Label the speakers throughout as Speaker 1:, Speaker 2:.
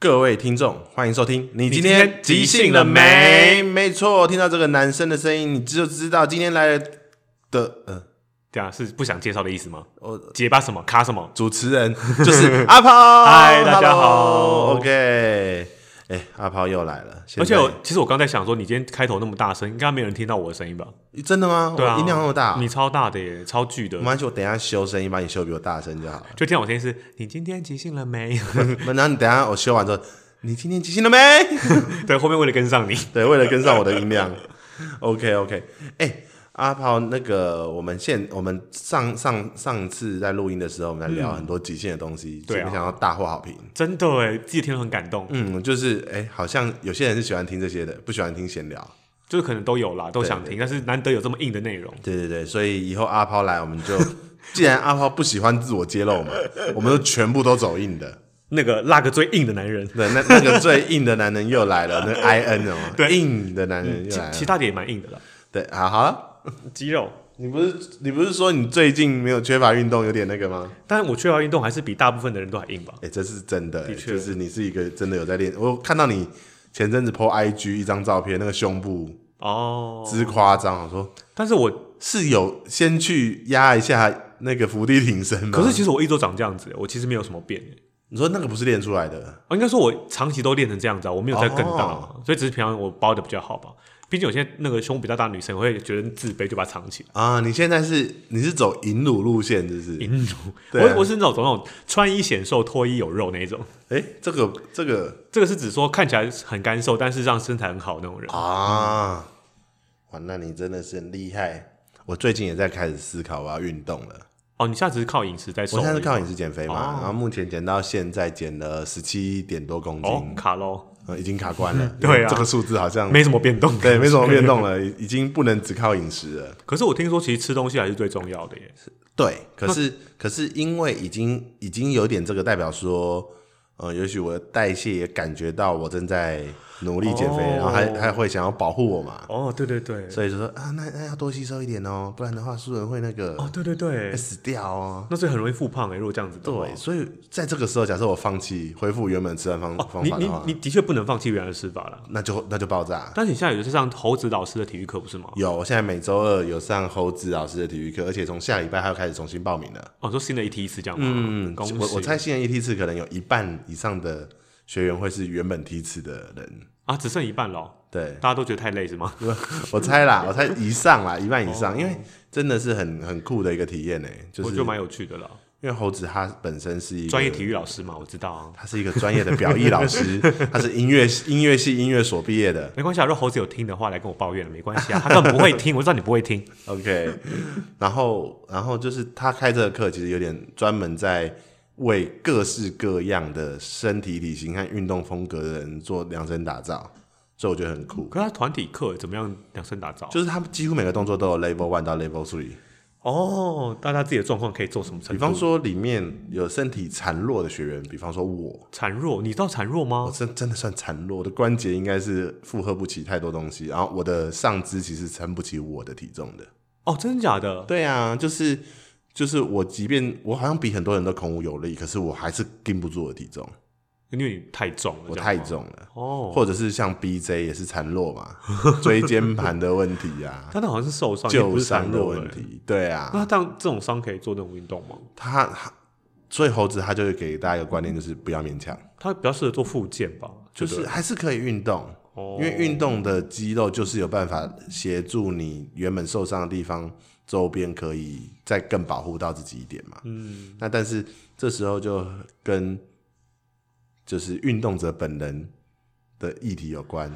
Speaker 1: 各位听众，欢迎收听。你今
Speaker 2: 今
Speaker 1: 天
Speaker 2: 天
Speaker 1: 即
Speaker 2: 即
Speaker 1: 兴
Speaker 2: 兴
Speaker 1: 了
Speaker 2: 了
Speaker 1: 没？
Speaker 2: 没
Speaker 1: 没错，听到这个男生的声音，你就知道今天来了的呃，
Speaker 2: 这啊样是不想介绍的意思吗？
Speaker 1: 我
Speaker 2: 结巴什么卡什么？
Speaker 1: 主持 人就是阿抛。
Speaker 2: 嗨大家
Speaker 1: Hello，
Speaker 2: 好
Speaker 1: OK，哎、阿抛又来了，现
Speaker 2: 而且
Speaker 1: 在
Speaker 2: 我其实我刚才想说，你今天开头那么大声，应该没有人听到我的声音吧？
Speaker 1: 真的吗？
Speaker 2: 对啊，
Speaker 1: 我音量那么大，
Speaker 2: 你超大的耶，超巨的
Speaker 1: 没。关系，我等一下修声音，把你修比我大声就好 了。
Speaker 2: 就听到我声音是，你今天即兴了没？
Speaker 1: 然后你等一下我修完之后，你今天即兴了没？
Speaker 2: 对，后面为了跟上你，
Speaker 1: 对，为了跟上我的音量。OK OK，哎、阿炮，那个我们现我们上上上次在录音的时候，我们在聊很多极限的东西，
Speaker 2: 嗯对啊
Speaker 1: 没想到大获好评。
Speaker 2: 真的哎，自己听了很感动，
Speaker 1: 嗯，就是哎、好像有些人是喜欢听这些的，不喜欢听闲聊。
Speaker 2: 就是可能都有啦，都想听，但是难得有这么硬的内容。
Speaker 1: 对对对，所以以后阿炮来，我们就既然阿炮不喜欢自我揭露嘛，我们就全部都走硬的。
Speaker 2: 那个那个最硬的男人，
Speaker 1: 对，那那个最硬的男人又来了，那 I N 哦， 对，啊硬的男人又
Speaker 2: 嗯其
Speaker 1: 来了
Speaker 2: 其。他的也蛮硬的啦，
Speaker 1: 对，啊，好了。
Speaker 2: 肌肉。
Speaker 1: 你不是你不是说你最近没有缺乏运动，有点那个吗？
Speaker 2: 但我缺乏运动还是比大部分的人都还硬吧？
Speaker 1: 哎、这是真的、欸，
Speaker 2: 的确
Speaker 1: 就是你是一个真的有在练。我看到你前阵子 PO IG 一张照片，那个胸部
Speaker 2: 哦，
Speaker 1: 之夸张，我说
Speaker 2: 但是我
Speaker 1: 是有先去压一下那个伏地挺身吗？
Speaker 2: 可是其实我一直都长这样子，我其实没有什么变耶。
Speaker 1: 你说那个不是练出来的，
Speaker 2: 哦，应该说我长期都练成这样子啊，我没有再更大，
Speaker 1: 哦
Speaker 2: 所以只是平常我包的比较好吧。毕竟有些那个胸比较大的女生会觉得自卑，就把它藏起来。
Speaker 1: 啊，你现在是你是走引乳路线，就是
Speaker 2: 引乳，
Speaker 1: 对啊
Speaker 2: 我我是那种走那种穿衣显瘦、脱衣有肉那一种。
Speaker 1: 哎、这个这个
Speaker 2: 这个是指说看起来很干瘦，但是让身材很好那种人。
Speaker 1: 啊，哇，那你真的是很厉害。我最近也在开始思考我要运动了。
Speaker 2: 哦，你现在只是靠饮食在瘦
Speaker 1: 我
Speaker 2: 而已。
Speaker 1: 现在是靠饮食减肥嘛，
Speaker 2: 哦
Speaker 1: 然后目前减到现在减了十七点多公斤，
Speaker 2: 哦，卡喽，
Speaker 1: 呃已经卡关了。
Speaker 2: 对啊
Speaker 1: 这个数字好像
Speaker 2: 没什么变动。
Speaker 1: 嗯对，没什么变动了，已已经不能只靠饮食了。
Speaker 2: 可是我听说其实吃东西还是最重要的耶。
Speaker 1: 对，可是可是因为已经已经有点这个代表说，呃，也许我的代谢也感觉到我正在努力减肥，
Speaker 2: 哦
Speaker 1: 然后还还会想要保护我嘛，
Speaker 2: 哦，对对对，
Speaker 1: 所以就说啊，那那要多吸收一点哦，不然的话素人会那个、
Speaker 2: 哦对对对
Speaker 1: 会，死掉哦。
Speaker 2: 那所以很容易复胖哎。如果这样子的话
Speaker 1: 对，，所以在这个时候，假设我放弃恢复原本吃饭方、方
Speaker 2: 哦你
Speaker 1: 法的
Speaker 2: 你
Speaker 1: 话，
Speaker 2: 你的确不能放弃原来的吃法啦。
Speaker 1: 那就那就爆炸。
Speaker 2: 但是你现在有些上猴子老师的体育课不是吗？
Speaker 1: 有，我现在每周二有上猴子老师的体育课，而且从下礼拜他又开始重新报名了。
Speaker 2: 哦，说新的一梯次这样吗？
Speaker 1: 嗯，
Speaker 2: 恭喜！
Speaker 1: 我我猜新人一梯次可能有一半以上的学员会是原本梯次的人。
Speaker 2: 啊，只剩一半了哦，
Speaker 1: 对，
Speaker 2: 大家都觉得太累是吗？
Speaker 1: 我猜啦，我猜以上
Speaker 2: 哦
Speaker 1: 啦，一半以上，因为真的是很很酷的一个体验呢、就
Speaker 2: 我
Speaker 1: 是
Speaker 2: 觉得蛮有趣的啦。
Speaker 1: 因为猴子他本身是一个
Speaker 2: 专业体育老师嘛，我知道啊，
Speaker 1: 他是一个专业的表艺老师，他是音乐音乐系音乐所毕业的。
Speaker 2: 没关系啊。如果猴子有听的话，来跟我抱怨了，没关系啊，他根本不会 听，我知道你不会听。
Speaker 1: OK，然后然后就是他开这个课，其实有点专门在为各式各样的身体体型和运动风格的人做量身打造，所以我觉得很酷。
Speaker 2: 可是他团体课怎么样量身打造？
Speaker 1: 就是他们几乎每个动作都有 level one 到 level three，
Speaker 2: 哦，大家自己的状况可以做什么程
Speaker 1: 比
Speaker 2: 度？
Speaker 1: 方说里面有身体孱弱的学员，比方说我，
Speaker 2: 孱弱，你知道孱弱
Speaker 1: 我
Speaker 2: 吗？
Speaker 1: 真真的算孱弱，我的关节应该是负荷不起太多东西，然后我的上肢其实撑不起我的体重的。
Speaker 2: 哦，真的假的？
Speaker 1: 对啊，就是就是我，即便我好像比很多人都孔武有力，可是我还是盯不住我的体重，
Speaker 2: 因为你太重了，
Speaker 1: 我
Speaker 2: 这样
Speaker 1: 太
Speaker 2: 吗
Speaker 1: 重了。
Speaker 2: 哦。
Speaker 1: 或者是像 BJ 也是孱弱嘛， 椎间盘的问题 啊，
Speaker 2: 但他好像是受伤，也
Speaker 1: 旧
Speaker 2: 不是孱
Speaker 1: 伤的
Speaker 2: 弱
Speaker 1: 问
Speaker 2: 了。
Speaker 1: 题，对啊，
Speaker 2: 那这样这种伤可以做那种运动吗？
Speaker 1: 他他所以猴子他就会给大家一个观念，就是不要勉强，
Speaker 2: 他比较适合做复健吧，
Speaker 1: 就
Speaker 2: 觉
Speaker 1: 是
Speaker 2: 得
Speaker 1: 还是可以运动，
Speaker 2: 哦
Speaker 1: 因为运动的肌肉就是有办法协助你原本受伤的地方周边可以再更保护到自己一点嘛。
Speaker 2: 嗯，
Speaker 1: 那但是这时候就跟就是运动者本人的议题有关，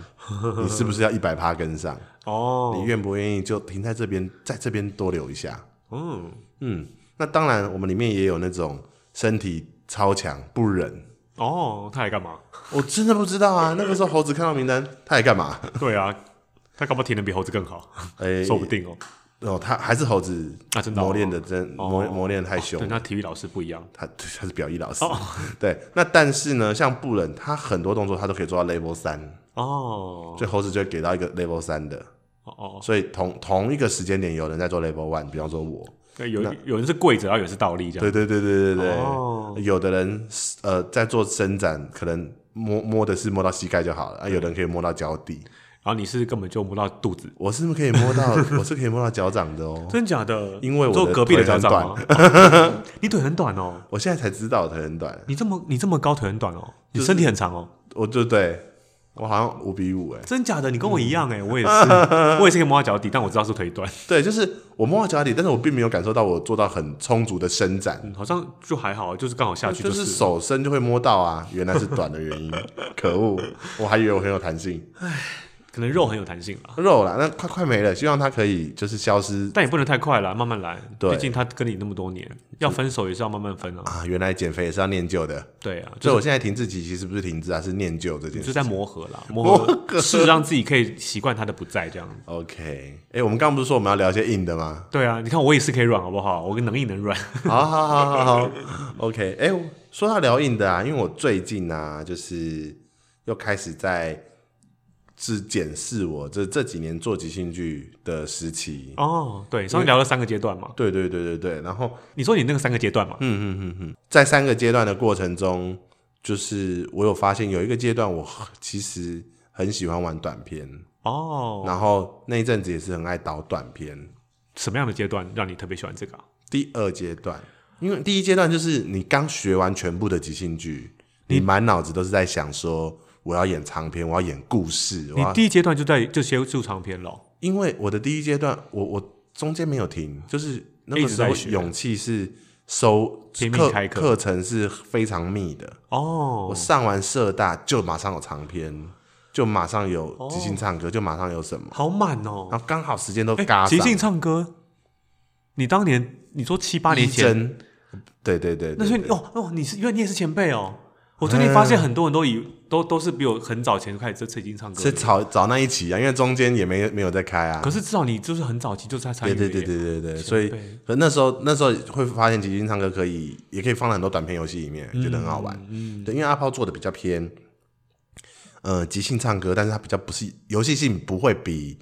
Speaker 1: 你是不是要一百趴跟上？
Speaker 2: 哦，
Speaker 1: 你愿不愿意就停在这边，在这边多留一下？
Speaker 2: 嗯，
Speaker 1: 嗯，那当然，我们里面也有那种身体超强不忍，
Speaker 2: 哦，他来干 嘛？
Speaker 1: 我真的不知道啊。那个时候猴子看到名单，他还干嘛？
Speaker 2: 对啊，他搞不好体能比猴子更好，
Speaker 1: 哎、
Speaker 2: 说不定哦。
Speaker 1: 哦，他还是猴子
Speaker 2: 啊真的哦
Speaker 1: 磨练的真、
Speaker 2: 哦
Speaker 1: 磨磨练得太凶
Speaker 2: 对，那哦体育老师不一样。
Speaker 1: 他他是表意老师， 对。那但是呢，像布冷，他很多动作他都可以做到 level 三，
Speaker 2: 哦，
Speaker 1: 所以猴子就会给到一个 level 三的。
Speaker 2: 哦哦，
Speaker 1: 所以同同一个时间点，有人在做 level one，比方说我，
Speaker 2: 对，有有人是跪着，然后有人是倒立这样。
Speaker 1: 对对对对对对，
Speaker 2: 哦
Speaker 1: 有的人呃在做伸展，可能摸摸的是摸到膝盖就好了，啊，有人可以摸到脚底，
Speaker 2: 然后你是根本就摸到肚子，
Speaker 1: 我是可以摸 到，我是可以摸到脚掌的哦。
Speaker 2: 真假的？
Speaker 1: 因为我的
Speaker 2: 做隔壁的
Speaker 1: 腿
Speaker 2: 脚
Speaker 1: 很
Speaker 2: 掌吗？ 哦 你腿很短哦，
Speaker 1: 我现在才知道腿很短，
Speaker 2: 你这么你这么高腿很短哦，你身体很长哦，
Speaker 1: 我就对我好像五比五哎，
Speaker 2: 真假的？你跟我一样
Speaker 1: 嗯
Speaker 2: 哎，我也 是，我也是可以摸到脚底，但我知道是腿短，
Speaker 1: 对，就是我摸到脚底，但是我并没有感受到我做到很充足的伸展，
Speaker 2: 嗯，好像就还好，就是刚好下去。
Speaker 1: 呃就是手伸就会摸到啊，原来是短的原因， 可恶，我还以为我很有弹性。
Speaker 2: 可能肉很有弹性啦，
Speaker 1: 肉啦，那快快没了，希望它可以就是消失
Speaker 2: 但也不能太快啦，慢慢来。
Speaker 1: 对
Speaker 2: 毕竟他跟你那么多年，要分手也是要慢慢分啊。
Speaker 1: 啊。原来减肥也是要念旧的，
Speaker 2: 对啊，
Speaker 1: 所
Speaker 2: 就
Speaker 1: 以我现在停滞期其实不是停滞啊，是念旧这件
Speaker 2: 就
Speaker 1: 事。
Speaker 2: 在磨合啦，磨合是让自己可以习惯他的不在这样。
Speaker 1: OK，哎、我们刚刚不是说我们要聊一些硬的吗？
Speaker 2: 对啊，你看我也是可以软，好不好？我能硬能软。
Speaker 1: 好好好好好，OK，哎、说到聊硬的啊，因为我最近啊，就是又开始在是检视我这这几年做即兴剧的时期。
Speaker 2: 哦，对，上次聊了三个阶段嘛，
Speaker 1: 对对对对对，然后
Speaker 2: 你说你那个三个阶段嘛，嗯，
Speaker 1: 在三个阶段的过程中，就是我有发现有一个阶段，我其实很喜欢玩短片，
Speaker 2: 哦，
Speaker 1: 然后那一阵子也是很爱导短片。
Speaker 2: 什么样的阶段让你特别喜欢这个啊、
Speaker 1: 第二阶段，因为第一阶段就是你刚学完全部的即兴剧，你满脑子都是在想说我要演长篇，我要演故事，我
Speaker 2: 你
Speaker 1: 要
Speaker 2: 第一阶段就在就先入长篇了，
Speaker 1: 因为我的第一阶段，我我中间没有停，就是那
Speaker 2: 一
Speaker 1: 个
Speaker 2: 直
Speaker 1: 时
Speaker 2: 在
Speaker 1: 候
Speaker 2: 学
Speaker 1: 勇气是收
Speaker 2: 拼命
Speaker 1: 课
Speaker 2: 开课
Speaker 1: 课程是非常密的，我
Speaker 2: 哦，
Speaker 1: 上完社大就马上有长篇，就马上有即兴唱歌，就马上有什么，
Speaker 2: 好满哦，
Speaker 1: 然后刚好时间都
Speaker 2: 哎、
Speaker 1: 嘎上。
Speaker 2: 即兴唱歌，你当年你说七八年
Speaker 1: 一
Speaker 2: 前，
Speaker 1: 真，对对对
Speaker 2: 那
Speaker 1: 对嗯
Speaker 2: 所以你哦哦，你是因为你也是前辈哦，我最近发现很多人都以都都是比我很早前就开始在即兴唱歌
Speaker 1: 是
Speaker 2: 的，
Speaker 1: 早早那一期啊，因为中间也没没有在开啊
Speaker 2: 可。是至少你就是很早期就在参与
Speaker 1: 对
Speaker 2: 了
Speaker 1: 对
Speaker 2: 耶，
Speaker 1: 对对对对，所以
Speaker 2: 前辈
Speaker 1: 可那时候那时候会发现即兴唱歌可以，也可以放在很多短片游戏里面，
Speaker 2: 嗯
Speaker 1: 觉得很好玩。对，因为阿炮做的比较偏，呃，即兴唱歌，但是它比较不是游戏性不会比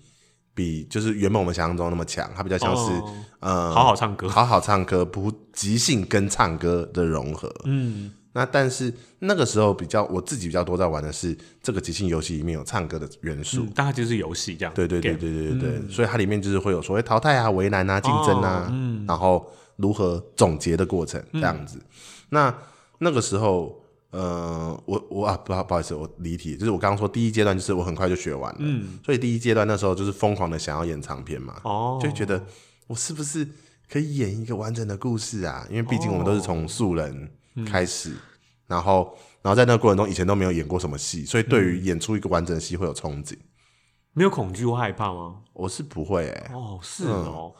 Speaker 1: 比就是原本我们想象中那么强，它比较像是、
Speaker 2: 哦
Speaker 1: 呃
Speaker 2: 好好唱歌，
Speaker 1: 好好唱歌，不即兴跟唱歌的融合。
Speaker 2: 嗯，
Speaker 1: 那但是那个时候比较我自己比较多在玩的是这个即兴游戏里面有唱歌的元素。
Speaker 2: 嗯大概就是游戏这样，
Speaker 1: 对对对
Speaker 2: game，嗯
Speaker 1: 对对对对，所以它里面就是会有所谓淘汰啊、为难啊、竞争
Speaker 2: 哦
Speaker 1: 啊，
Speaker 2: 嗯
Speaker 1: 然后如何总结的过程这样子。
Speaker 2: 嗯
Speaker 1: 那那个时候，呃，我我啊，不好不好意思，我离题，就是我刚刚说第一阶段就是我很快就学完了，
Speaker 2: 嗯
Speaker 1: 所以第一阶段那时候就是疯狂的想要演长篇嘛，
Speaker 2: 哦，
Speaker 1: 就会觉得我是不是可以演一个完整的故事啊？因为毕竟我们都是从素
Speaker 2: 哦
Speaker 1: 人
Speaker 2: 嗯
Speaker 1: 开始，然后然后在那个过程中，以前都没有演过什么戏，所以对
Speaker 2: 嗯
Speaker 1: 于演出一个完整的戏会有憧憬。
Speaker 2: 没有恐惧或害怕吗？
Speaker 1: 我是不会哎、
Speaker 2: 哦，是哦，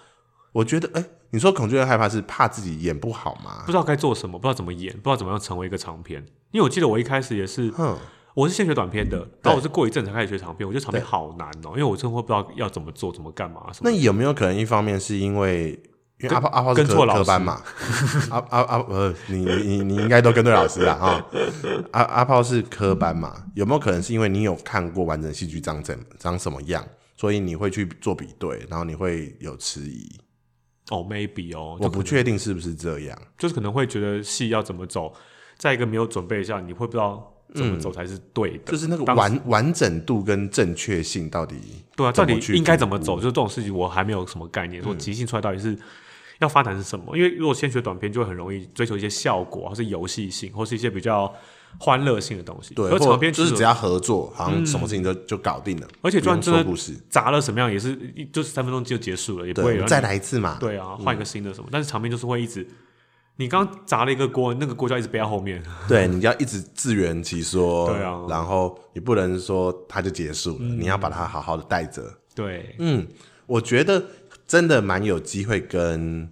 Speaker 1: 我觉得哎、你说恐惧和害怕是怕自己演不好吗
Speaker 2: 不？知道该做什么，不知道怎么演，不知道怎么样成为一个长篇。因为我记得我一开始也是，
Speaker 1: 嗯，
Speaker 2: 我是先学短篇的，然后我是过一阵才开始学长篇，我觉得长篇好难哦、因为我真的会不知道要怎么做、怎么干嘛什么
Speaker 1: 那
Speaker 2: 的。
Speaker 1: 有没有可能一方面是因为因为阿炮阿炮是
Speaker 2: 跟
Speaker 1: 科
Speaker 2: 错老师
Speaker 1: 科班嘛？ 阿阿阿呃，你你你应该都跟对老师了啊！阿阿炮是科班嘛？有没有可能是因为你有看过完整戏剧长怎长什么样，所以你会去做比对，然后你会有迟疑？
Speaker 2: 哦，maybe 哦、
Speaker 1: 我不确定是不是这样。
Speaker 2: 就是可能会觉得戏要怎么走，在一个没有准备下，你会不知道怎么走才是对的。
Speaker 1: 就是那个
Speaker 2: 当
Speaker 1: 完完整度跟正确性到底
Speaker 2: 对啊，
Speaker 1: 怎
Speaker 2: 到
Speaker 1: 么
Speaker 2: 底
Speaker 1: 去嗯
Speaker 2: 应该
Speaker 1: 评
Speaker 2: 怎么走？就这种事情，我还没有什么概念。说即兴出来到底是要发展是什么？因为如果先学短片，就会很容易追求一些效果，啊或是游戏性，或是一些比较欢乐性的东西。
Speaker 1: 对，
Speaker 2: 而
Speaker 1: 或
Speaker 2: 长篇
Speaker 1: 者就
Speaker 2: 其实
Speaker 1: 是只要合作，好像什么事情就就搞定了，
Speaker 2: 而且
Speaker 1: 不用
Speaker 2: 专真
Speaker 1: 说
Speaker 2: 的
Speaker 1: 故事，
Speaker 2: 砸了什么样也是，一就是三分钟就结束了，也不
Speaker 1: 对，我
Speaker 2: 会
Speaker 1: 们
Speaker 2: 让
Speaker 1: 再嗯
Speaker 2: 你
Speaker 1: 来一次嘛。
Speaker 2: 对啊，换一个新的什么。但是场面就是会一直，你刚砸了一个锅，那个锅就要一直背在后面。
Speaker 1: 对，你要一直自圆其说，
Speaker 2: 对啊嗯
Speaker 1: 然后你不能说它就结束了，你要把它好好的带着。
Speaker 2: 对，
Speaker 1: 嗯，我觉得真的蛮有机会跟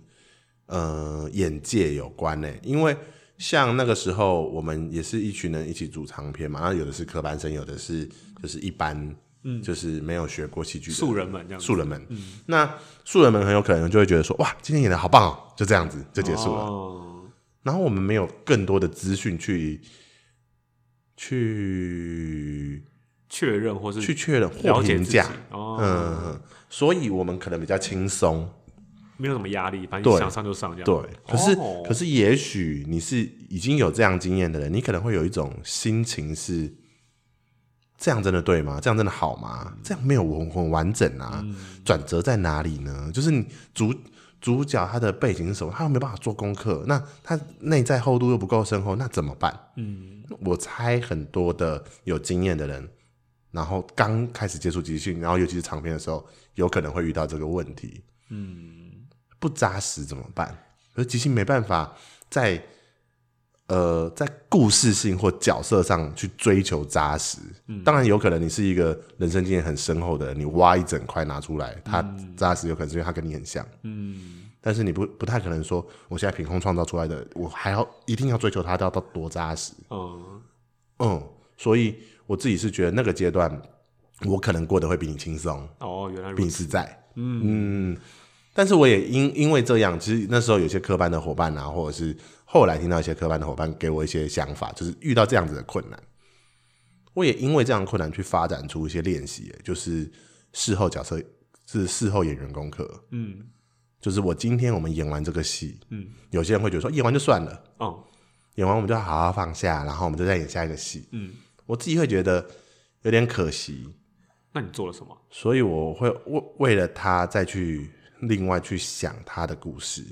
Speaker 1: 呃眼界有关呢、因为像那个时候我们也是一群人一起组长篇嘛，然后有的是科班生，有的是就是一般，嗯，就是没有学过戏剧的
Speaker 2: 素人们嗯这样子
Speaker 1: 素人们，那素人们很有可能就会觉得说，哇，今天演的好棒哦，就这样子就结束了。
Speaker 2: 哦
Speaker 1: 然后我们没有更多的资讯去去
Speaker 2: 确认或是
Speaker 1: 去确认或
Speaker 2: 了解
Speaker 1: 评
Speaker 2: 自己
Speaker 1: 价，呃
Speaker 2: 哦，
Speaker 1: 嗯，所以我们可能比较轻松，
Speaker 2: 没有什么压力，反正
Speaker 1: 对
Speaker 2: 想上就上这样。
Speaker 1: 对，可是、
Speaker 2: 哦
Speaker 1: 可是也许你是已经有这样经验的人，你可能会有一种心情是：这样真的对吗？这样真的好吗？这样没有很很完整啊，
Speaker 2: 嗯
Speaker 1: 转折在哪里呢？就是你主主角他的背景是什么，他又没办法做功课，那他内在厚度又不够深厚，那怎么办？
Speaker 2: 嗯，
Speaker 1: 我猜很多的有经验的人，然后刚开始接触集训，然后尤其是长篇的时候，有可能会遇到这个问题。嗯，不扎实怎么办？可是即兴没办法在呃在故事性或角色上去追求扎实。当然有可能你是一个人生经验很深厚的人，你挖一整块拿出来，它扎实有可能是因为它跟你很像。嗯。但是你不不太可能说，我现在凭空创造出来的，我还要一定要追求它到到多扎实。
Speaker 2: 嗯，
Speaker 1: 嗯，所以我自己是觉得那个阶段，我可能过得会比你轻松，
Speaker 2: 哦，原来
Speaker 1: 比
Speaker 2: 如
Speaker 1: 你
Speaker 2: 此。
Speaker 1: 自在。嗯但是我也因因为这样，其实那时候有些科班的伙伴啊，或者是后来听到一些科班的伙伴给我一些想法，就是遇到这样子的困难，我也因为这样的困难去发展出一些练习，就是事后角色是事后演员功课。
Speaker 2: 嗯
Speaker 1: 就是我今天我们演完这个戏，
Speaker 2: 嗯，
Speaker 1: 有些人会觉得说演完就算了，
Speaker 2: 哦，
Speaker 1: 演完我们就好好放下，然后我们就再演下一个戏。
Speaker 2: 嗯，
Speaker 1: 我自己会觉得有点可惜，
Speaker 2: 那你做了什么？
Speaker 1: 所以我会为为了他再去另外去想他的故事。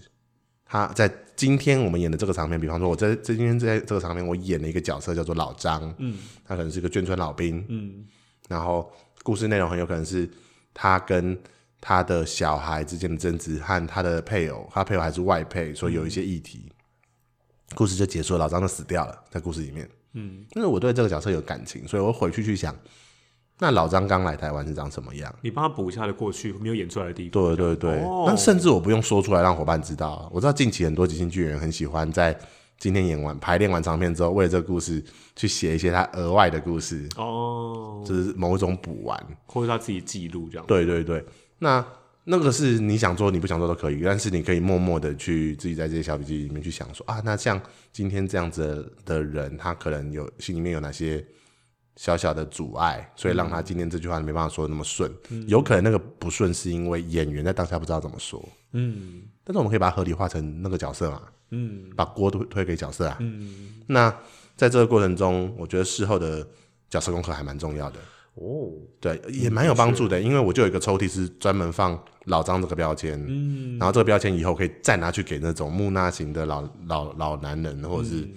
Speaker 1: 他在今天我们演的这个长片，比方说我在在今天在这个长片，我演了一个角色叫做老张，
Speaker 2: 嗯
Speaker 1: 他可能是一个眷村老兵，
Speaker 2: 嗯
Speaker 1: 然后故事内容很有可能是他跟他的小孩之间的争执和他的配偶，他配偶还是外配，所以有一些议题。故事就结束了，老张就死掉了，在故事里面。
Speaker 2: 嗯，
Speaker 1: 因为我对这个角色有感情，所以我回去去想，那老张刚来台湾是长什么样？
Speaker 2: 你帮他补一下的过去没有演出来的地方。
Speaker 1: 对对对，
Speaker 2: 哦
Speaker 1: 那甚至我不用说出来让伙伴知道啊。我知道近期很多即兴剧演员很喜欢在今天演完排练完长片之后，为了这个故事去写一些他额外的故事，
Speaker 2: 哦，
Speaker 1: 就是某一种补完。
Speaker 2: 或者他自己记录这样。
Speaker 1: 对对对，那那个是你想做你不想做都可以，但是你可以默默的去自己在这些小笔记里面去想说啊，那像今天这样子的人，他可能有心里面有哪些小小的阻碍，所以让他今天这句话没办法说的那么顺。有可能那个不顺是因为演员在当下不知道怎么说，
Speaker 2: 嗯
Speaker 1: 但是我们可以把它合理化成那个角色嘛，
Speaker 2: 嗯
Speaker 1: 把锅推推给角色啊。
Speaker 2: 嗯，
Speaker 1: 那在这个过程中，我觉得事后的角色功课还蛮重要的。
Speaker 2: 哦，
Speaker 1: 对，也蛮有帮助
Speaker 2: 嗯
Speaker 1: 的，因为我就有一个抽屉是专门放老张这个标签，
Speaker 2: 嗯
Speaker 1: 然后这个标签以后可以再拿去给那种木讷型的老老老男人，或者是、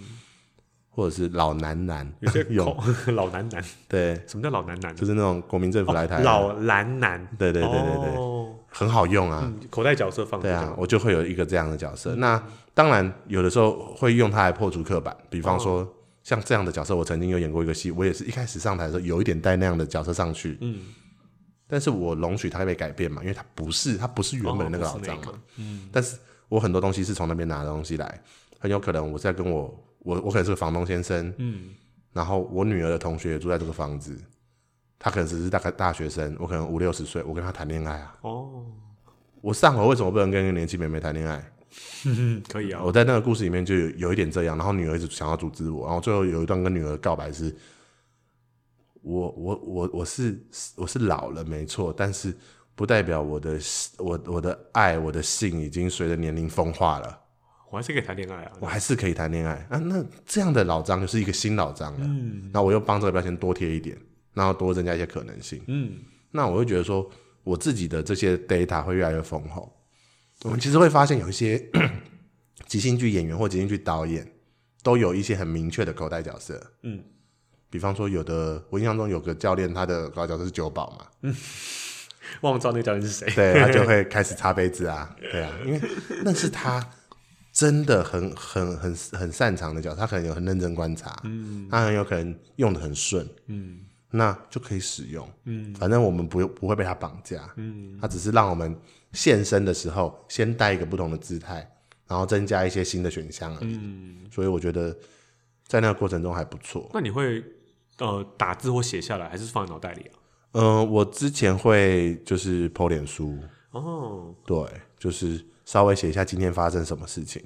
Speaker 1: 或者是老男男，
Speaker 2: 嗯有些
Speaker 1: 有
Speaker 2: 口 老男男，
Speaker 1: 对，
Speaker 2: 什么叫老男男呢？
Speaker 1: 就是那种国民政府来台，啊
Speaker 2: 哦老男男。
Speaker 1: 对对对对对，
Speaker 2: 哦
Speaker 1: 很好用啊，
Speaker 2: 嗯，口袋角色放
Speaker 1: 对啊，，我就会有一个这样的角色。
Speaker 2: 嗯
Speaker 1: 那当然有的时候会用它来破除刻板，比方说。
Speaker 2: 哦
Speaker 1: 像这样的角色，我曾经有演过一个戏，我也是一开始上台的时候有一点带那样的角色上去，
Speaker 2: 嗯，
Speaker 1: 但是我容许他被改变嘛，因为他不是他不是原本的那个老张
Speaker 2: 哦
Speaker 1: 嘛
Speaker 2: 不是那，
Speaker 1: 嗯，但是我很多东西是从那边拿的东西来，很有可能我在跟我我我可能是个房东先生，
Speaker 2: 嗯，
Speaker 1: 然后我女儿的同学也住在这个房子，他可能只是大概大学生，我可能五六十岁，我跟他谈恋爱啊，
Speaker 2: 哦，
Speaker 1: 我上楼为什么不能跟一个年轻妹妹谈恋爱？
Speaker 2: 嗯，可以啊，
Speaker 1: 我在那个故事里面就有有一点这样，然后女儿一直想要阻止我，然后最后有一段跟女儿告白是，我我我我是我是老了没错，但是不代表我的我我的爱我的性已经随着年龄风化了，
Speaker 2: 我还是可以谈恋爱啊
Speaker 1: 我，还是可以谈恋爱啊。那这样的老张就是一个新老张了，
Speaker 2: 嗯
Speaker 1: 那我又帮这个标签多贴一点，然后多增加一些可能性。
Speaker 2: 嗯，
Speaker 1: 那我会觉得说，我自己的这些 data 会越来越丰厚。我们其实会发现有一些 即兴剧演员或即兴剧导演都有一些很明确的口袋角色。
Speaker 2: 嗯，
Speaker 1: 比方说有的我印象中有个教练，他的口袋角色是酒保嘛，
Speaker 2: 忘了知道那个教练是谁，
Speaker 1: 对他 就会开始擦杯子啊，对啊，因为那是他真的很很很很擅长的角色，他可能有很认真观察，嗯，他很有可能用的很顺，
Speaker 2: 嗯，
Speaker 1: 那就可以使用，
Speaker 2: 嗯，
Speaker 1: 反正我们不不会被他绑架，嗯，他只是让我们现身的时候先带一个不同的姿态，然后增加一些新的选项而已，
Speaker 2: 嗯，
Speaker 1: 所以我觉得在那个过程中还不错，
Speaker 2: 那你会呃打字或写下来，还是放在脑袋里啊？
Speaker 1: 嗯、我之前会就是剖脸书，
Speaker 2: 哦，
Speaker 1: 对，就是稍微写一下今天发生什么事情。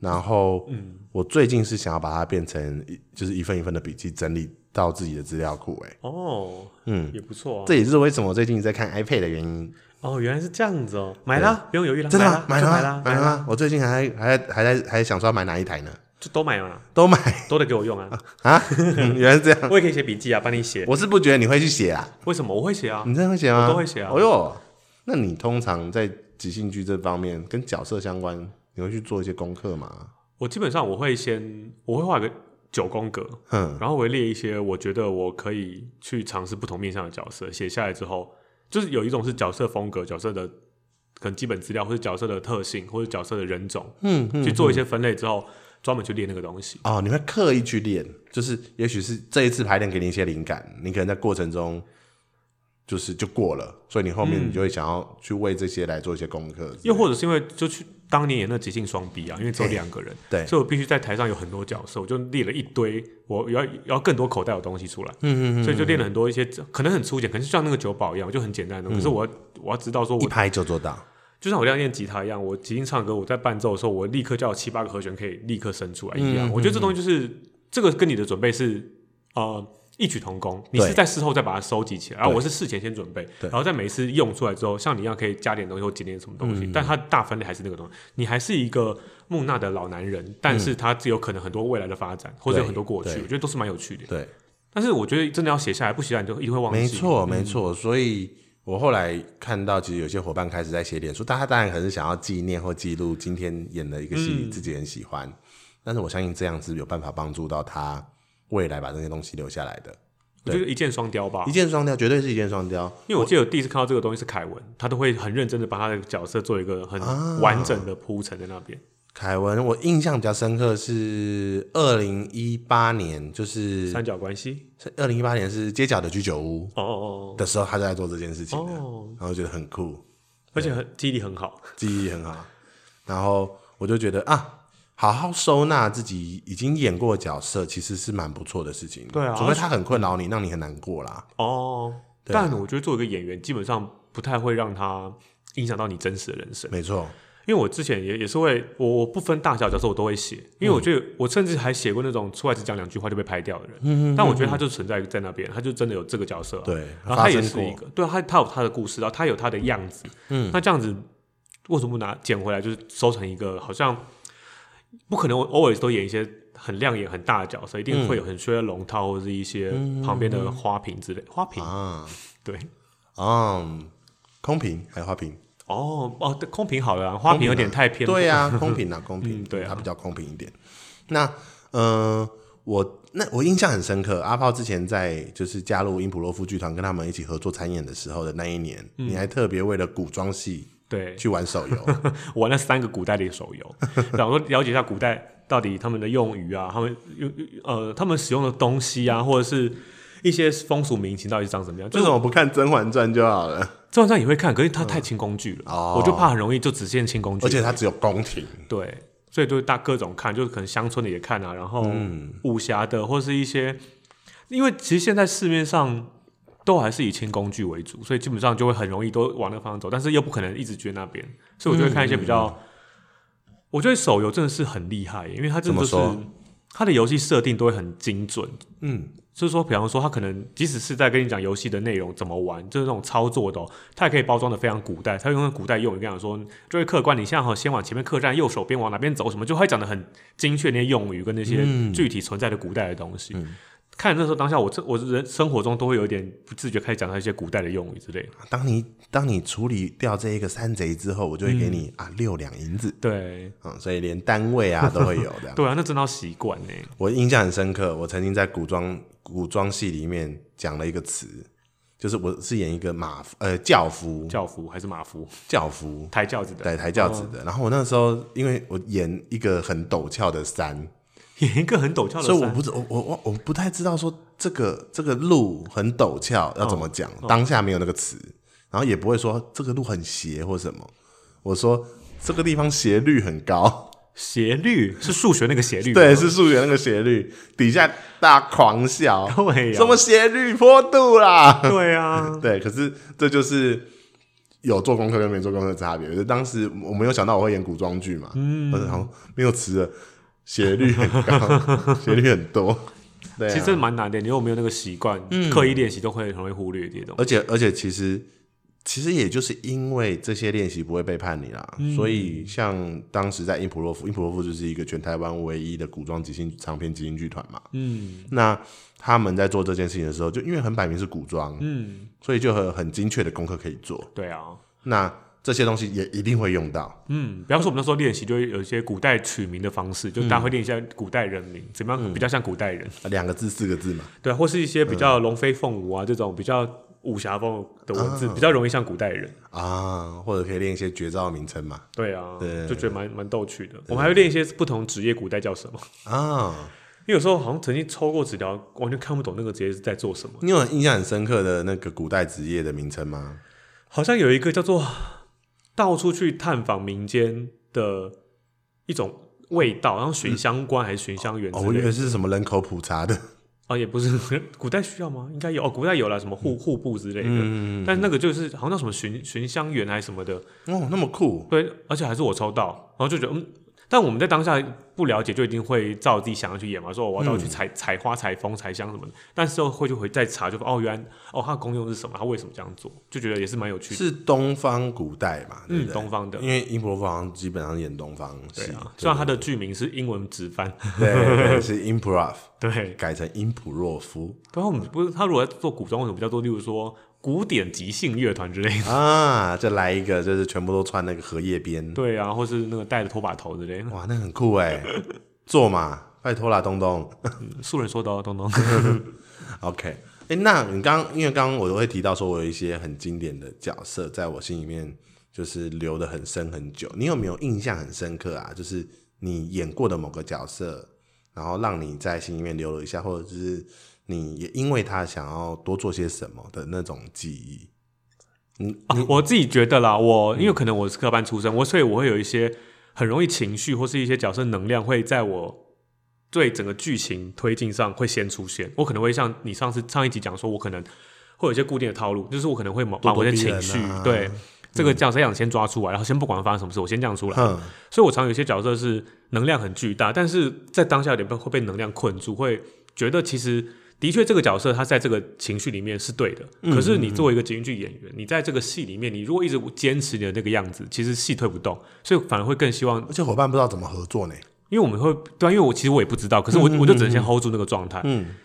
Speaker 1: 然后，我最近是想要把它变成一，就是一份一份的笔记整理到自己的资料库。哎，
Speaker 2: 哦，
Speaker 1: 嗯，
Speaker 2: 也不错啊，
Speaker 1: 这也是为什么我最近在看 iPad 的原因。
Speaker 2: 哦，原来是这样子哦，买啦，不用犹豫啦，
Speaker 1: 真的吗
Speaker 2: 啦？，
Speaker 1: 买
Speaker 2: 就
Speaker 1: 了
Speaker 2: 买啊
Speaker 1: 吗
Speaker 2: 啦，？
Speaker 1: 买了
Speaker 2: 啦，
Speaker 1: 吗？我最近还还还在还想说要买哪一台呢？
Speaker 2: 就都买嘛，
Speaker 1: 都买
Speaker 2: 都得给我用 啊，
Speaker 1: 啊？嗯原来是这样，
Speaker 2: 我也可以写笔记啊，帮你写。
Speaker 1: 我是不觉得你会去写啊。
Speaker 2: 为什么我会写啊？
Speaker 1: 你真的会写吗？
Speaker 2: 我都会写啊
Speaker 1: 哦哟，那你通常在即兴剧这方面跟角色相关，你会去做一些功课吗？
Speaker 2: 我基本上我会先，我会画个九宫格，
Speaker 1: 哼，
Speaker 2: 然后我会列一些我觉得我可以去尝试不同面向的角色，写下来之后，就是有一种是角色风格、角色的可能基本资料，或者角色的特性，或者角色的人种，
Speaker 1: 嗯嗯。
Speaker 2: 去做一些分类之后，专门去列那个东西。
Speaker 1: 哦，你会刻意去练，就是也许是这一次排练给你一些灵感，你可能在过程中就是就过了，所以你后面你就会想要去为这些来做一些功课。
Speaker 2: 又或者是因为就去当年演那即兴双逼啊，因为只有两个人，
Speaker 1: 对
Speaker 2: 所以我必须在台上有很多角色，我就列了一堆，我要要更多口袋有东西出来，嗯嗯所以就练了很多一些可能很粗浅，可能就像那个酒保一样，就很简单的，可是我要我要知道说
Speaker 1: 一
Speaker 2: 我
Speaker 1: 拍就做到，
Speaker 2: 就像我练练吉他一样，我即兴唱歌，我在伴奏的时候，我立刻叫有七八个和弦可以立刻生出来
Speaker 1: 嗯
Speaker 2: 一样，我觉得这东西就是这个跟你的准备是呃。异曲同工，你是
Speaker 1: 对
Speaker 2: 在事后再把它收集起来，而啊
Speaker 1: 对
Speaker 2: 我是事前先准备，然后在每一次用出来之后，像你一样可以加点东西或减点什么东
Speaker 1: 嗯
Speaker 2: 西，但它大分类还是那个东西。你还是一个木讷的老男人，但是他有可能很多未来的发展，或者有很多过去，
Speaker 1: 嗯对
Speaker 2: 我觉得都是蛮有趣的。
Speaker 1: 对，
Speaker 2: 但是我觉得真的要写下来，不写下来你就一定会忘记。嗯
Speaker 1: 没错没错。所以我后来看到，其实有些伙伴开始在写脸书，大家当然可能是想要纪念或记录今天演的一个
Speaker 2: 嗯
Speaker 1: 戏，自己很喜欢。但是我相信这样是有办法帮助到他未来把这些东西留下来的。
Speaker 2: 我觉得一箭双雕吧
Speaker 1: 一。箭双雕，绝对是一箭双雕。
Speaker 2: 因为我记得我第一次看到这个东西是凯文，他都会很认真的把他的角色做一个很完整的铺陈在那边。
Speaker 1: 凯文，我印象比较深刻是二零一八年，就是
Speaker 2: 三角关系，
Speaker 1: 二零一八年是街角的居酒屋
Speaker 2: 哦哦
Speaker 1: 的时候，他就在做这件事情
Speaker 2: 哦
Speaker 1: 了，
Speaker 2: 哦，
Speaker 1: 然后觉得很酷，
Speaker 2: 而且很记忆力很好。
Speaker 1: 记忆很好，然后我就觉得啊，好好收纳自己已经演过的角色，其实是蛮不错的事情。
Speaker 2: 对啊
Speaker 1: 除非他很困扰你，让你很难过啦。
Speaker 2: 哦，
Speaker 1: 对啊
Speaker 2: 但我觉得作为一个演员，基本上不太会让他影响到你真实的人生。
Speaker 1: 没错，
Speaker 2: 因为我之前也也是会，我我不分大小角色我都会写，因为我觉得我甚至还写过那种出来只讲两句话就被拍掉的人。但我觉得他就存在在那边，他就真的有这个角色啊、
Speaker 1: 对，
Speaker 2: 然后他
Speaker 1: 发生
Speaker 2: 也是一
Speaker 1: 过，
Speaker 2: 个，对啊，他他有他的故事，然后他有他的样子，嗯，那这样子为什么不拿捡回来，就是收成一个好像不可能偶尔都演一些很亮眼、很大的角色，一
Speaker 1: 嗯
Speaker 2: 定会有很缺龙套或者是一些旁边的花瓶之类，花瓶
Speaker 1: 啊，
Speaker 2: 对，
Speaker 1: 嗯，空瓶还有花瓶，
Speaker 2: 哦哦，对空瓶好了啊，花瓶有点太偏，
Speaker 1: 对 呀、公平啊，公平，
Speaker 2: 嗯对啊
Speaker 1: 它比较公平一点。那呃，我那我印象很深刻，阿炮之前在就是加入英普洛夫剧团跟他们一起合作参演的时候的那一年，你还特别为了古装戏
Speaker 2: 嗯对，
Speaker 1: 去玩手游，
Speaker 2: 玩了三个古代的手 游，然后了解一下古代到底他们的用语啊，他们用呃他们使用的东西啊，或者是一些风俗民情到底是长什么样，就
Speaker 1: 为
Speaker 2: 是
Speaker 1: 什么不看《甄嬛传》就好 了？
Speaker 2: 这网站也会看，可是它太轻工具了，
Speaker 1: 哦
Speaker 2: 我就怕很容易就只限轻工具，
Speaker 1: 而且它只有宫廷，
Speaker 2: 对，所以就是大各种看，就是可能乡村的也看啊，然后
Speaker 1: 嗯
Speaker 2: 武侠的或是一些，因为其实现在市面上都还是以轻工具为主，所以基本上就会很容易都往那个方向走，但是又不可能一直撅那边，所以我就会看一些比
Speaker 1: 嗯
Speaker 2: 较，我觉得手游真的是很厉害耶，因为它真的就是
Speaker 1: 怎么说
Speaker 2: 它的游戏设定都会很精准，
Speaker 1: 嗯，
Speaker 2: 就是说，比方说，他可能即使是在跟你讲游戏的内容怎么玩，就是那种操作的、哦，他也可以包装的非常古代，他用古代用语跟你讲说，这位客官，你现在好先往前面客栈右手边往哪边走，什么就会讲的很精确那些用语跟那些
Speaker 1: 嗯
Speaker 2: 具体存在的古代的东西。看那时候当下我，这我人生活中都会有一点不自觉开始讲到一些古代的用语之类的。
Speaker 1: 当你当你处理掉这一个山贼之后，我就会给你、
Speaker 2: 嗯
Speaker 1: 啊六两银子，
Speaker 2: 对
Speaker 1: 嗯，所以连单位啊都会有的。
Speaker 2: 对啊，那真的要习惯欸呢。
Speaker 1: 我印象很深刻，我曾经在古装古装戏里面讲了一个词，就是我是演一个马夫呃轿夫
Speaker 2: 教父还是马夫，
Speaker 1: 轿夫
Speaker 2: 抬轿子的，
Speaker 1: 对抬轿子
Speaker 2: 哦
Speaker 1: 的，然后我那时候因为我演一个很陡峭的山，
Speaker 2: 演一个很陡峭的
Speaker 1: 所以我
Speaker 2: 山
Speaker 1: 不知我我我我不太知道说这个这个路很陡峭要怎么讲，
Speaker 2: 哦
Speaker 1: 当下没有那个词，然后也不会说这个路很斜或什么，我说这个地方斜率很
Speaker 2: 哦
Speaker 1: 高。
Speaker 2: 斜率是数学那个斜率吗，
Speaker 1: 对，是数学那个斜率，底下大家狂笑，
Speaker 2: 对呀啊
Speaker 1: 什么斜率坡度啦？
Speaker 2: 对啊，
Speaker 1: 对，可是这就是有做功课跟没做功课的差别。就是当时我没有想到我会演古装剧嘛，嗯，然后没有词了，斜率很高， 斜率很多，对、啊，嗯
Speaker 2: 其实真的蛮难的。你如果没有那个习惯，刻意练习都会很容易忽略这些东西。
Speaker 1: 而且而且其实其实也就是因为这些练习不会背叛你啦，
Speaker 2: 嗯
Speaker 1: 所以像当时在英普洛夫，英普洛夫就是一个全台湾唯一的古装即兴长篇即兴剧团嘛。
Speaker 2: 嗯
Speaker 1: 那他们在做这件事情的时候，就因为很摆明是古装，
Speaker 2: 嗯，
Speaker 1: 所以就很很精确的功课可以做。
Speaker 2: 对啊，
Speaker 1: 那这些东西也一定会用到，
Speaker 2: 嗯，比方说我们那时候练习，就会有一些古代取名的方式，就大家
Speaker 1: 嗯
Speaker 2: 会练一下古代人名，怎么样比较像古代人，
Speaker 1: 两个字四个字嘛。
Speaker 2: 对啊，或是一些比较
Speaker 1: 嗯
Speaker 2: 龙飞凤舞啊这种比较武侠风的文字，比较容易像古代人。
Speaker 1: 啊，或者可以练一些绝招名称嘛。
Speaker 2: 对啊，
Speaker 1: 对
Speaker 2: 就觉得蛮蛮逗趣的。我们还会练一些不同职业古代叫什么，
Speaker 1: 啊，
Speaker 2: 因为有时候好像曾经抽过纸条，完全看不懂那个职业是在做什么。
Speaker 1: 你有印象很深刻的那个古代职业的名称吗？
Speaker 2: 好像有一个叫做到处去探访民间的一种味道，然后寻香官还是寻香园之
Speaker 1: 哦，我以
Speaker 2: 类的。
Speaker 1: 为是什么人口普查的。
Speaker 2: 哦，也不是， 古代需要吗？应该有哦，古代有了什么户户部之类的，
Speaker 1: 嗯，
Speaker 2: 但那个就是好像叫什么寻寻香园还是什么的，
Speaker 1: 哦，那么酷。
Speaker 2: 对，而且还是我抽到，然后就觉得嗯，但我们在当下不了解，就一定会照自己想要去演嘛，说我要到去采采花、采风、采香什么的，但是会就会再查，就哦，原来哦，它的功用是什么，它为什么这样做，就觉得也是蛮有趣的。
Speaker 1: 是东方古代嘛，对不
Speaker 2: 嗯，
Speaker 1: 对？
Speaker 2: 东方的，
Speaker 1: 因为英普夫好像基本上演东方戏
Speaker 2: 对，啊，虽然它的剧名是英文直翻，
Speaker 1: 对对是 improv
Speaker 2: 对，
Speaker 1: 改成英普洛夫
Speaker 2: 然后我们不是他如果在做古装，为什么叫做例如说古典即兴乐团之类的？
Speaker 1: 啊，再来一个就是全部都穿那个荷叶边，
Speaker 2: 对啊，或是那个带着拖把头之类的，
Speaker 1: 哇，那很酷哎，做嘛，拜托啦，东东。
Speaker 2: 嗯素人说的哦，东东。
Speaker 1: OK，哎、那你刚因为刚刚我都会提到说，我有一些很经典的角色，在我心里面就是留的很深很久。你有没有印象很深刻啊？就是你演过的某个角色，然后让你在心里面留了一下，或者就是你也因为他想要多做些什么的那种记忆。
Speaker 2: 啊，我自己觉得啦，
Speaker 1: 嗯
Speaker 2: 我因为可能我是科班出身，我所以我会有一些很容易情绪或是一些角色能量会在我对整个剧情推进上会先出现。我可能会像你上次上一集讲说，我可能会有一些固定的套路，就是我可能会把把我的
Speaker 1: 咄咄逼
Speaker 2: 情
Speaker 1: 人
Speaker 2: 绪、
Speaker 1: 啊
Speaker 2: 对。这个角色想先抓出来，然后先不管发生什么事，我先这样出来。
Speaker 1: 哼，
Speaker 2: 所以我常有些角色是能量很巨大，但是在当下有点被会被能量困住，会觉得其实的确这个角色他在这个情绪里面是对的，可是你作为一个情绪演员，你在这个戏里面，你如果一直坚持你的那个样子，其实戏推不动，所以反而会更希望
Speaker 1: 而且伙伴不知道怎么合作呢。
Speaker 2: 因为我们会对、啊，因为我其实我也不知道，可是我我就只能先 hold 住那个状态，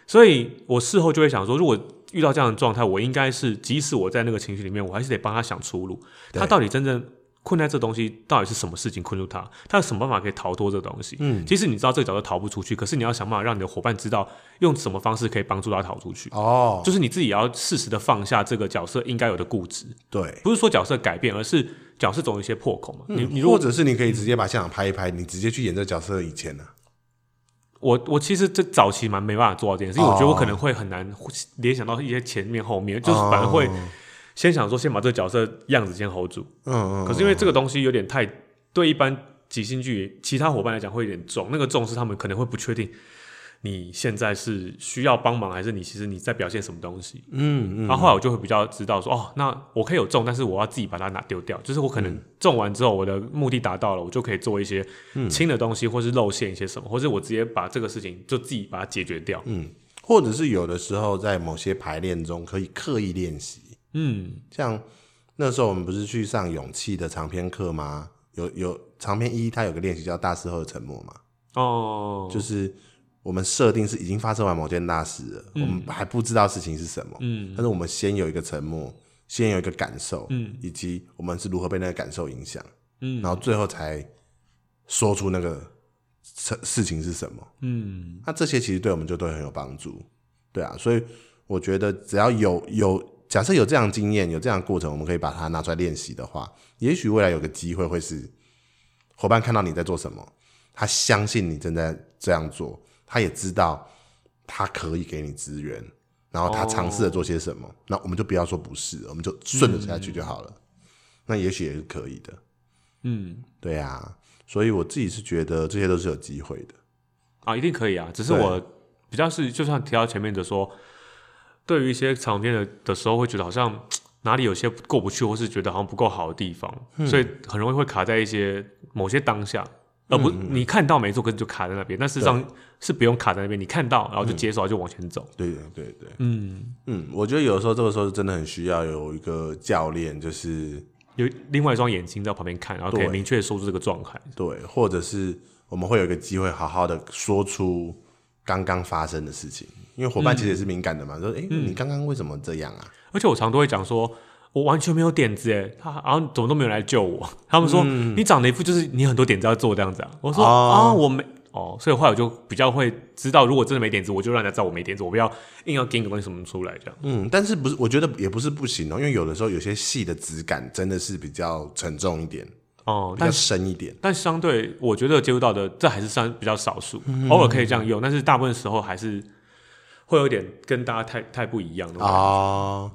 Speaker 2: 所以我事后就会想说，如果遇到这样的状态，我应该是即使我在那个情绪里面，我还是得帮他想出路，
Speaker 1: 对
Speaker 2: 他到底真正困在这东西到底是什么事情困住他，他有什么办法可以逃脱这东西？嗯，即使你知道这个角色逃不出去，可是你要想办法让你的伙伴知道用什么方式可以帮助他逃出去，
Speaker 1: 哦，
Speaker 2: 就是你自己也要适时的放下这个角色应该有的固执，
Speaker 1: 对，
Speaker 2: 不是说角色改变，而是角色总有一些破口嘛，
Speaker 1: 嗯
Speaker 2: 嗯你你如果
Speaker 1: 或者是你可以直接把现场拍一拍，你直接去演这个角色的以前啊呢、
Speaker 2: 我我其实这早期蛮没办法做到这件事，因为
Speaker 1: 哦
Speaker 2: 我觉得我可能会很难联想到一些前面后面，就是反而会先想说先把这个角色样子先 hold 住。
Speaker 1: 嗯嗯，
Speaker 2: 可是因为这个东西有点太对一般即兴剧其他伙伴来讲会有点重，那个重是他们可能会不确定你现在是需要帮忙，还是你其实你在表现什么东西。
Speaker 1: 嗯嗯，
Speaker 2: 然后后来我就会比较知道说，哦，那我可以有中，但是我要自己把它拿丢掉。就是我可
Speaker 1: 嗯
Speaker 2: 能中完之后，我的目的达到了，我就可以做一些
Speaker 1: 嗯
Speaker 2: 轻的东西，或是露馅一些什么，或是我直接把这个事情就自己把它解决掉。嗯
Speaker 1: 或者是有的时候在某些排练中可以刻意练习，
Speaker 2: 嗯
Speaker 1: 像那时候我们不是去上勇气的长篇课吗？有有长篇一，它有个练习叫大事后的沉默嘛，
Speaker 2: 哦，
Speaker 1: 就是我们设定是已经发生完某件大事了，我们还不知道事情是什么，
Speaker 2: 嗯，
Speaker 1: 但是我们先有一个沉默，先有一个感受，
Speaker 2: 嗯，
Speaker 1: 以及我们是如何被那个感受影响，
Speaker 2: 嗯
Speaker 1: 然后最后才说出那个事事情是什么。
Speaker 2: 嗯
Speaker 1: 那这些其实对我们就都很有帮助，对啊，所以我觉得只要有有假设有这样的经验，有这样的过程，我们可以把它拿出来练习的话，也许未来有个机会会是伙伴看到你在做什么，他相信你正在这样做，他也知道他可以给你资源，然后他尝试着做些什么，那我们就不要说不是，我们就顺着下去就好了，那也许也是可以的，
Speaker 2: 嗯
Speaker 1: 对啊，所以我自己是觉得这些都是有机会的，
Speaker 2: 啊，一定可以啊。只是我比较是，就像提到前面的说，对于一些场面的的时候，会觉得好像哪里有些过不去，或是觉得好像不够好的地方，所以很容易会卡在一些某些当下。而不你看到没错，可是就卡在那边。但事实上是不用卡在那边，你看到然后就接受，然后就往前走。
Speaker 1: 对对对对，
Speaker 2: 嗯，
Speaker 1: 嗯，我觉得有的时候这个时候真的很需要有一个教练，就是
Speaker 2: 有另外一双眼睛在旁边看，然后可以
Speaker 1: 对
Speaker 2: 明确地说出这个状态。
Speaker 1: 对，或者是我们会有一个机会好好的说出刚刚发生的事情，因为伙
Speaker 2: 嗯
Speaker 1: 伴其实也是敏感的嘛，说哎、诶你刚刚为什么这样啊？
Speaker 2: 而且我常都会讲说，我完全没有点子哎，他然后怎么都没有人来救我。 他们说、
Speaker 1: 嗯
Speaker 2: 你长得一副就是你很多点子要做这样子啊。我说、
Speaker 1: 哦
Speaker 2: 啊，我没哦，所以后来我就比较会知道，如果真的没点子，我就让人家知道我没点子，我不要硬要给你个东西什么出来这样。
Speaker 1: 嗯，但是不是？我觉得也不是不行哦、因为有的时候有些戏的质感真的是比较沉重一点，
Speaker 2: 哦、
Speaker 1: 比
Speaker 2: 但
Speaker 1: 较
Speaker 2: 是
Speaker 1: 深一点。
Speaker 2: 但相对我觉得接触到的这还是算比较少数，偶尔可以这样用，但是大部分时候还是会有点跟大家太太不一样的。
Speaker 1: 哦，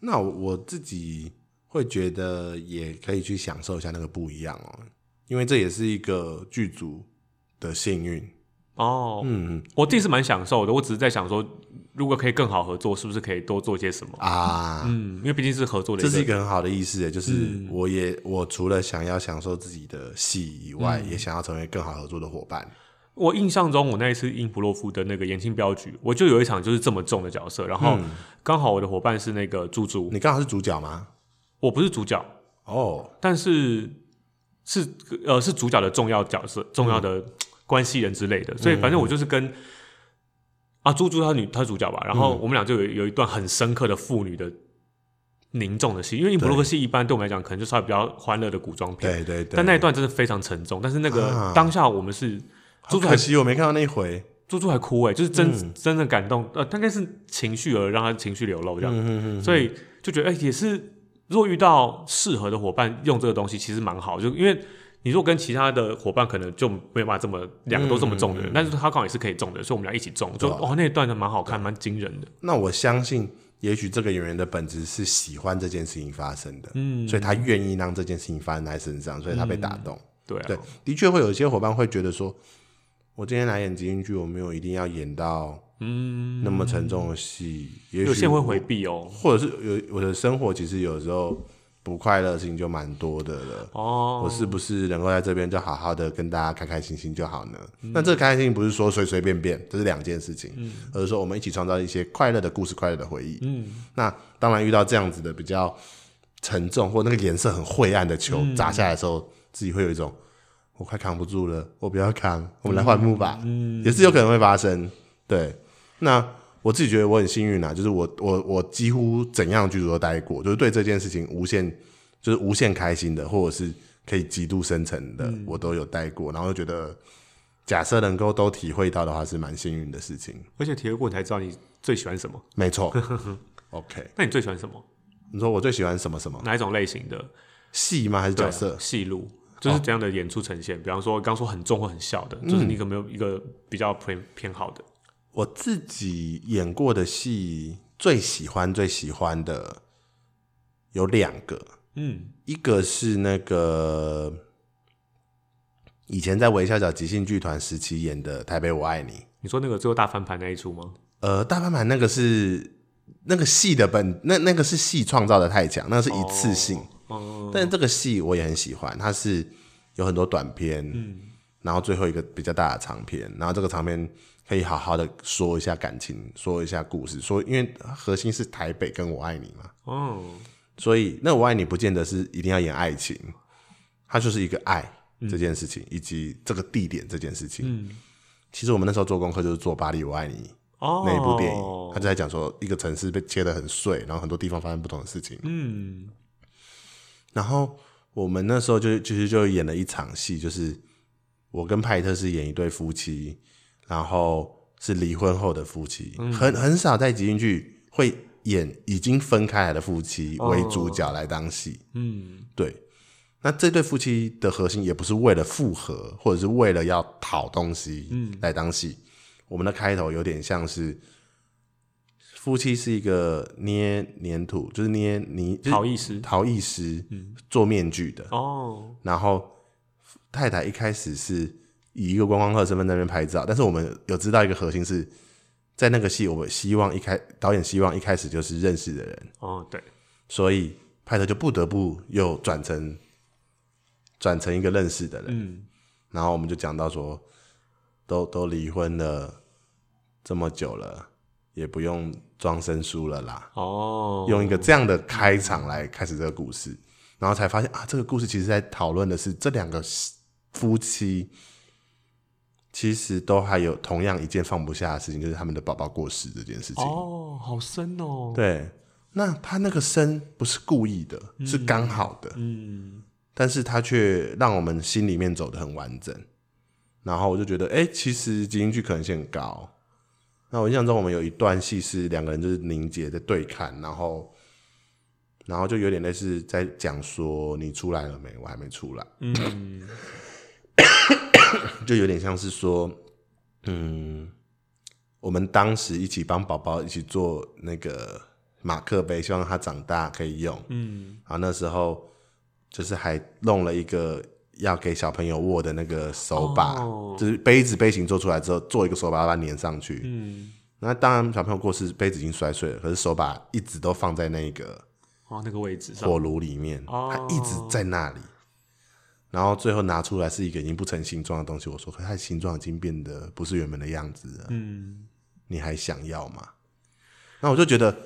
Speaker 1: 那我我自己会觉得也可以去享受一下那个不一样哦，因为这也是一个剧组的幸运。
Speaker 2: 哦，
Speaker 1: 嗯
Speaker 2: 我自己是蛮享受的，我只是在想说，如果可以更好合作，是不是可以多做些什么？
Speaker 1: 啊，
Speaker 2: 嗯，因为毕竟是合作的
Speaker 1: 这
Speaker 2: 一
Speaker 1: 是一
Speaker 2: 个，
Speaker 1: 个很好的意思耶，就是我也我除了想要享受自己的戏以外，也想要成为更好合作的伙伴。
Speaker 2: 我印象中我那一次应普洛夫的那个延庆镖局，我就有一场就是这么重的角色，然后
Speaker 1: 嗯
Speaker 2: 刚好我的伙伴是那个猪猪，
Speaker 1: 你刚好是主角吗？
Speaker 2: 我不是主角，
Speaker 1: 哦，
Speaker 2: 但是是呃是主角的重要角色、重要
Speaker 1: 嗯
Speaker 2: 的关系人之类的，所以反正我就是跟、啊猪猪她女她主角吧，然后我们俩就有有一段很深刻的父女的凝重的戏，因为《布洛克》戏一般对我们来讲可能就是它比较欢乐的古装片，
Speaker 1: 对对对，
Speaker 2: 但那一段真的非常沉重，但是那个
Speaker 1: 啊
Speaker 2: 当下我们是。
Speaker 1: 好
Speaker 2: 猪猪
Speaker 1: 可
Speaker 2: 还
Speaker 1: 惜我没看到那一回。
Speaker 2: 猪猪还哭哎、就是真、真的感动，呃，大概是情绪而让他情绪流露这样，所以就觉得哎、也是如果遇到适合的伙伴用这个东西，其实蛮好，就因为你如果跟其他的伙伴可能就没有办法这么两个都这么重的人，但是他刚好也是可以重的，所以我们俩一起重，就
Speaker 1: 对啊
Speaker 2: 哦那一段的蛮好看，蛮惊人的，
Speaker 1: 那我相信，也许这个演员的本质是喜欢这件事情发生的，嗯，所以他愿意让这件事情发生在他身上，所以他被打动。
Speaker 2: 对啊，
Speaker 1: 对，的确会有一些伙伴会觉得说，我今天来演即兴剧，我没有一定要演到嗯那么沉重的戏，也许
Speaker 2: 有些人会回避哦，
Speaker 1: 或者是有我的生活其实有时候不快乐的事情就蛮多的了。
Speaker 2: 哦，
Speaker 1: 我是不是能够在这边就好好的跟大家开开心心就好呢？那这个开开心心不是说随随便便，这是两件事情，而是说我们一起创造一些快乐的故事、快乐的回忆。嗯，那当然遇到这样子的比较沉重或那个颜色很晦暗的球砸下来的时候，自己会有一种我快扛不住了，我不要扛，我们来换幕吧，嗯，也是有可能会发生。对，那。我自己觉得我很幸运啊，就是我我我几乎怎样的剧组都待过，就是对这件事情无限就是无限开心的，或者是可以极度深沉的，
Speaker 2: 嗯
Speaker 1: 我都有待过，然后就觉得假设能够都体会到的话，是蛮幸运的事情。
Speaker 2: 而且体育过你才知道你最喜欢什么，
Speaker 1: 没 错，OK。
Speaker 2: 那你最喜欢什么？
Speaker 1: 你说我最喜欢什么什么
Speaker 2: 哪一种类型的？
Speaker 1: 戏吗？还是
Speaker 2: 对
Speaker 1: 角
Speaker 2: 啊
Speaker 1: 色？哦
Speaker 2: 戏路，就是怎样的演出呈现？比方说，刚说很重或很笑
Speaker 1: 嗯
Speaker 2: 的，就是你有没有一个比较偏偏好的？
Speaker 1: 我自己演过的戏，最喜欢最喜欢的有两个，
Speaker 2: 嗯，
Speaker 1: 一个是那个以前在微笑角即兴剧团时期演的《台北我爱你》，
Speaker 2: 你说那个最后大翻盘那一出吗？
Speaker 1: 呃，大翻盘那个是那个戏的本，那那个是戏创造的太强，那个是一次性。
Speaker 2: 哦，
Speaker 1: 但这个戏我也很喜欢，它是有很多短片，然后最后一个比较大的长片，然后这个长片可以好好的说一下感情，说一下故事，说因为核心是台北跟我爱你嘛，
Speaker 2: 哦，
Speaker 1: 所以那我爱你不见得是一定要演爱情，它就是一个爱这件事情，以及这个地点这件事
Speaker 2: 嗯
Speaker 1: 情。其实我们那时候做功课就是做《巴黎我爱你》。
Speaker 2: 哦，
Speaker 1: 那一部电影，他就在讲说一个城市被切得很碎，然后很多地方发生不同的事情。
Speaker 2: 嗯，
Speaker 1: 然后我们那时候就其实就演了一场戏，就是我跟派特是演一对夫妻，然后是离婚后的夫妻，很很少在集英剧会演已经分开来的夫妻为主角来当戏。
Speaker 2: 嗯，
Speaker 1: 对，那这对夫妻的核心也不是为了复合，或者是为了要讨东西，来当戏。我们的开头有点像是夫妻是一个捏粘土，就是捏泥，就是嗯
Speaker 2: 好意思
Speaker 1: 陶艺师，嗯做面具的。
Speaker 2: 哦，
Speaker 1: 然后太太一开始是以一个观光客身份在那边拍照，但是我们有知道一个核心是在那个戏，我们希望一开导演希望一开始就是认识的人，
Speaker 2: 哦，对，
Speaker 1: 所以派特就不得不又转成转成一个认识的人。
Speaker 2: 嗯，
Speaker 1: 然后我们就讲到说，都都离婚了这么久了，也不用装生疏了啦，
Speaker 2: 哦，
Speaker 1: 用一个这样的开场来开始这个故事，然后才发现啊，这个故事其实在讨论的是这两个夫妻。其实都还有同样一件放不下的事情，就是他们的宝宝过世这件事情。
Speaker 2: 哦，好深哦，
Speaker 1: 对，那他那个生不是故意的，是刚好的，
Speaker 2: 嗯，
Speaker 1: 但是他却让我们心里面走的很完整。然后我就觉得，哎、其实即兴剧可能性很高。那我印象中，我们有一段戏是两个人就是凝结在对看，然后，然后就有点类似在讲说你出来了没？我还没出来，嗯，就有点像是说，嗯，我们当时一起帮宝宝一起做那个马克杯，希望他长大可以用，嗯，然后那时候就是还弄了一个要给小朋友握的那个手把，
Speaker 2: 哦
Speaker 1: 就是杯子杯型做出来之后，做一个手把把它粘上去，
Speaker 2: 嗯，
Speaker 1: 那当然，小朋友过世，杯子已经摔碎了，可是手把一直都放在那个
Speaker 2: 哦，那个位置上，
Speaker 1: 火炉里面，
Speaker 2: 哦
Speaker 1: 它一直在那里。然后最后拿出来是一个已经不成形状的东西。我说，可是它的形状已经变得不是原本的样子了，
Speaker 2: 嗯，
Speaker 1: 你还想要吗？那我就觉得，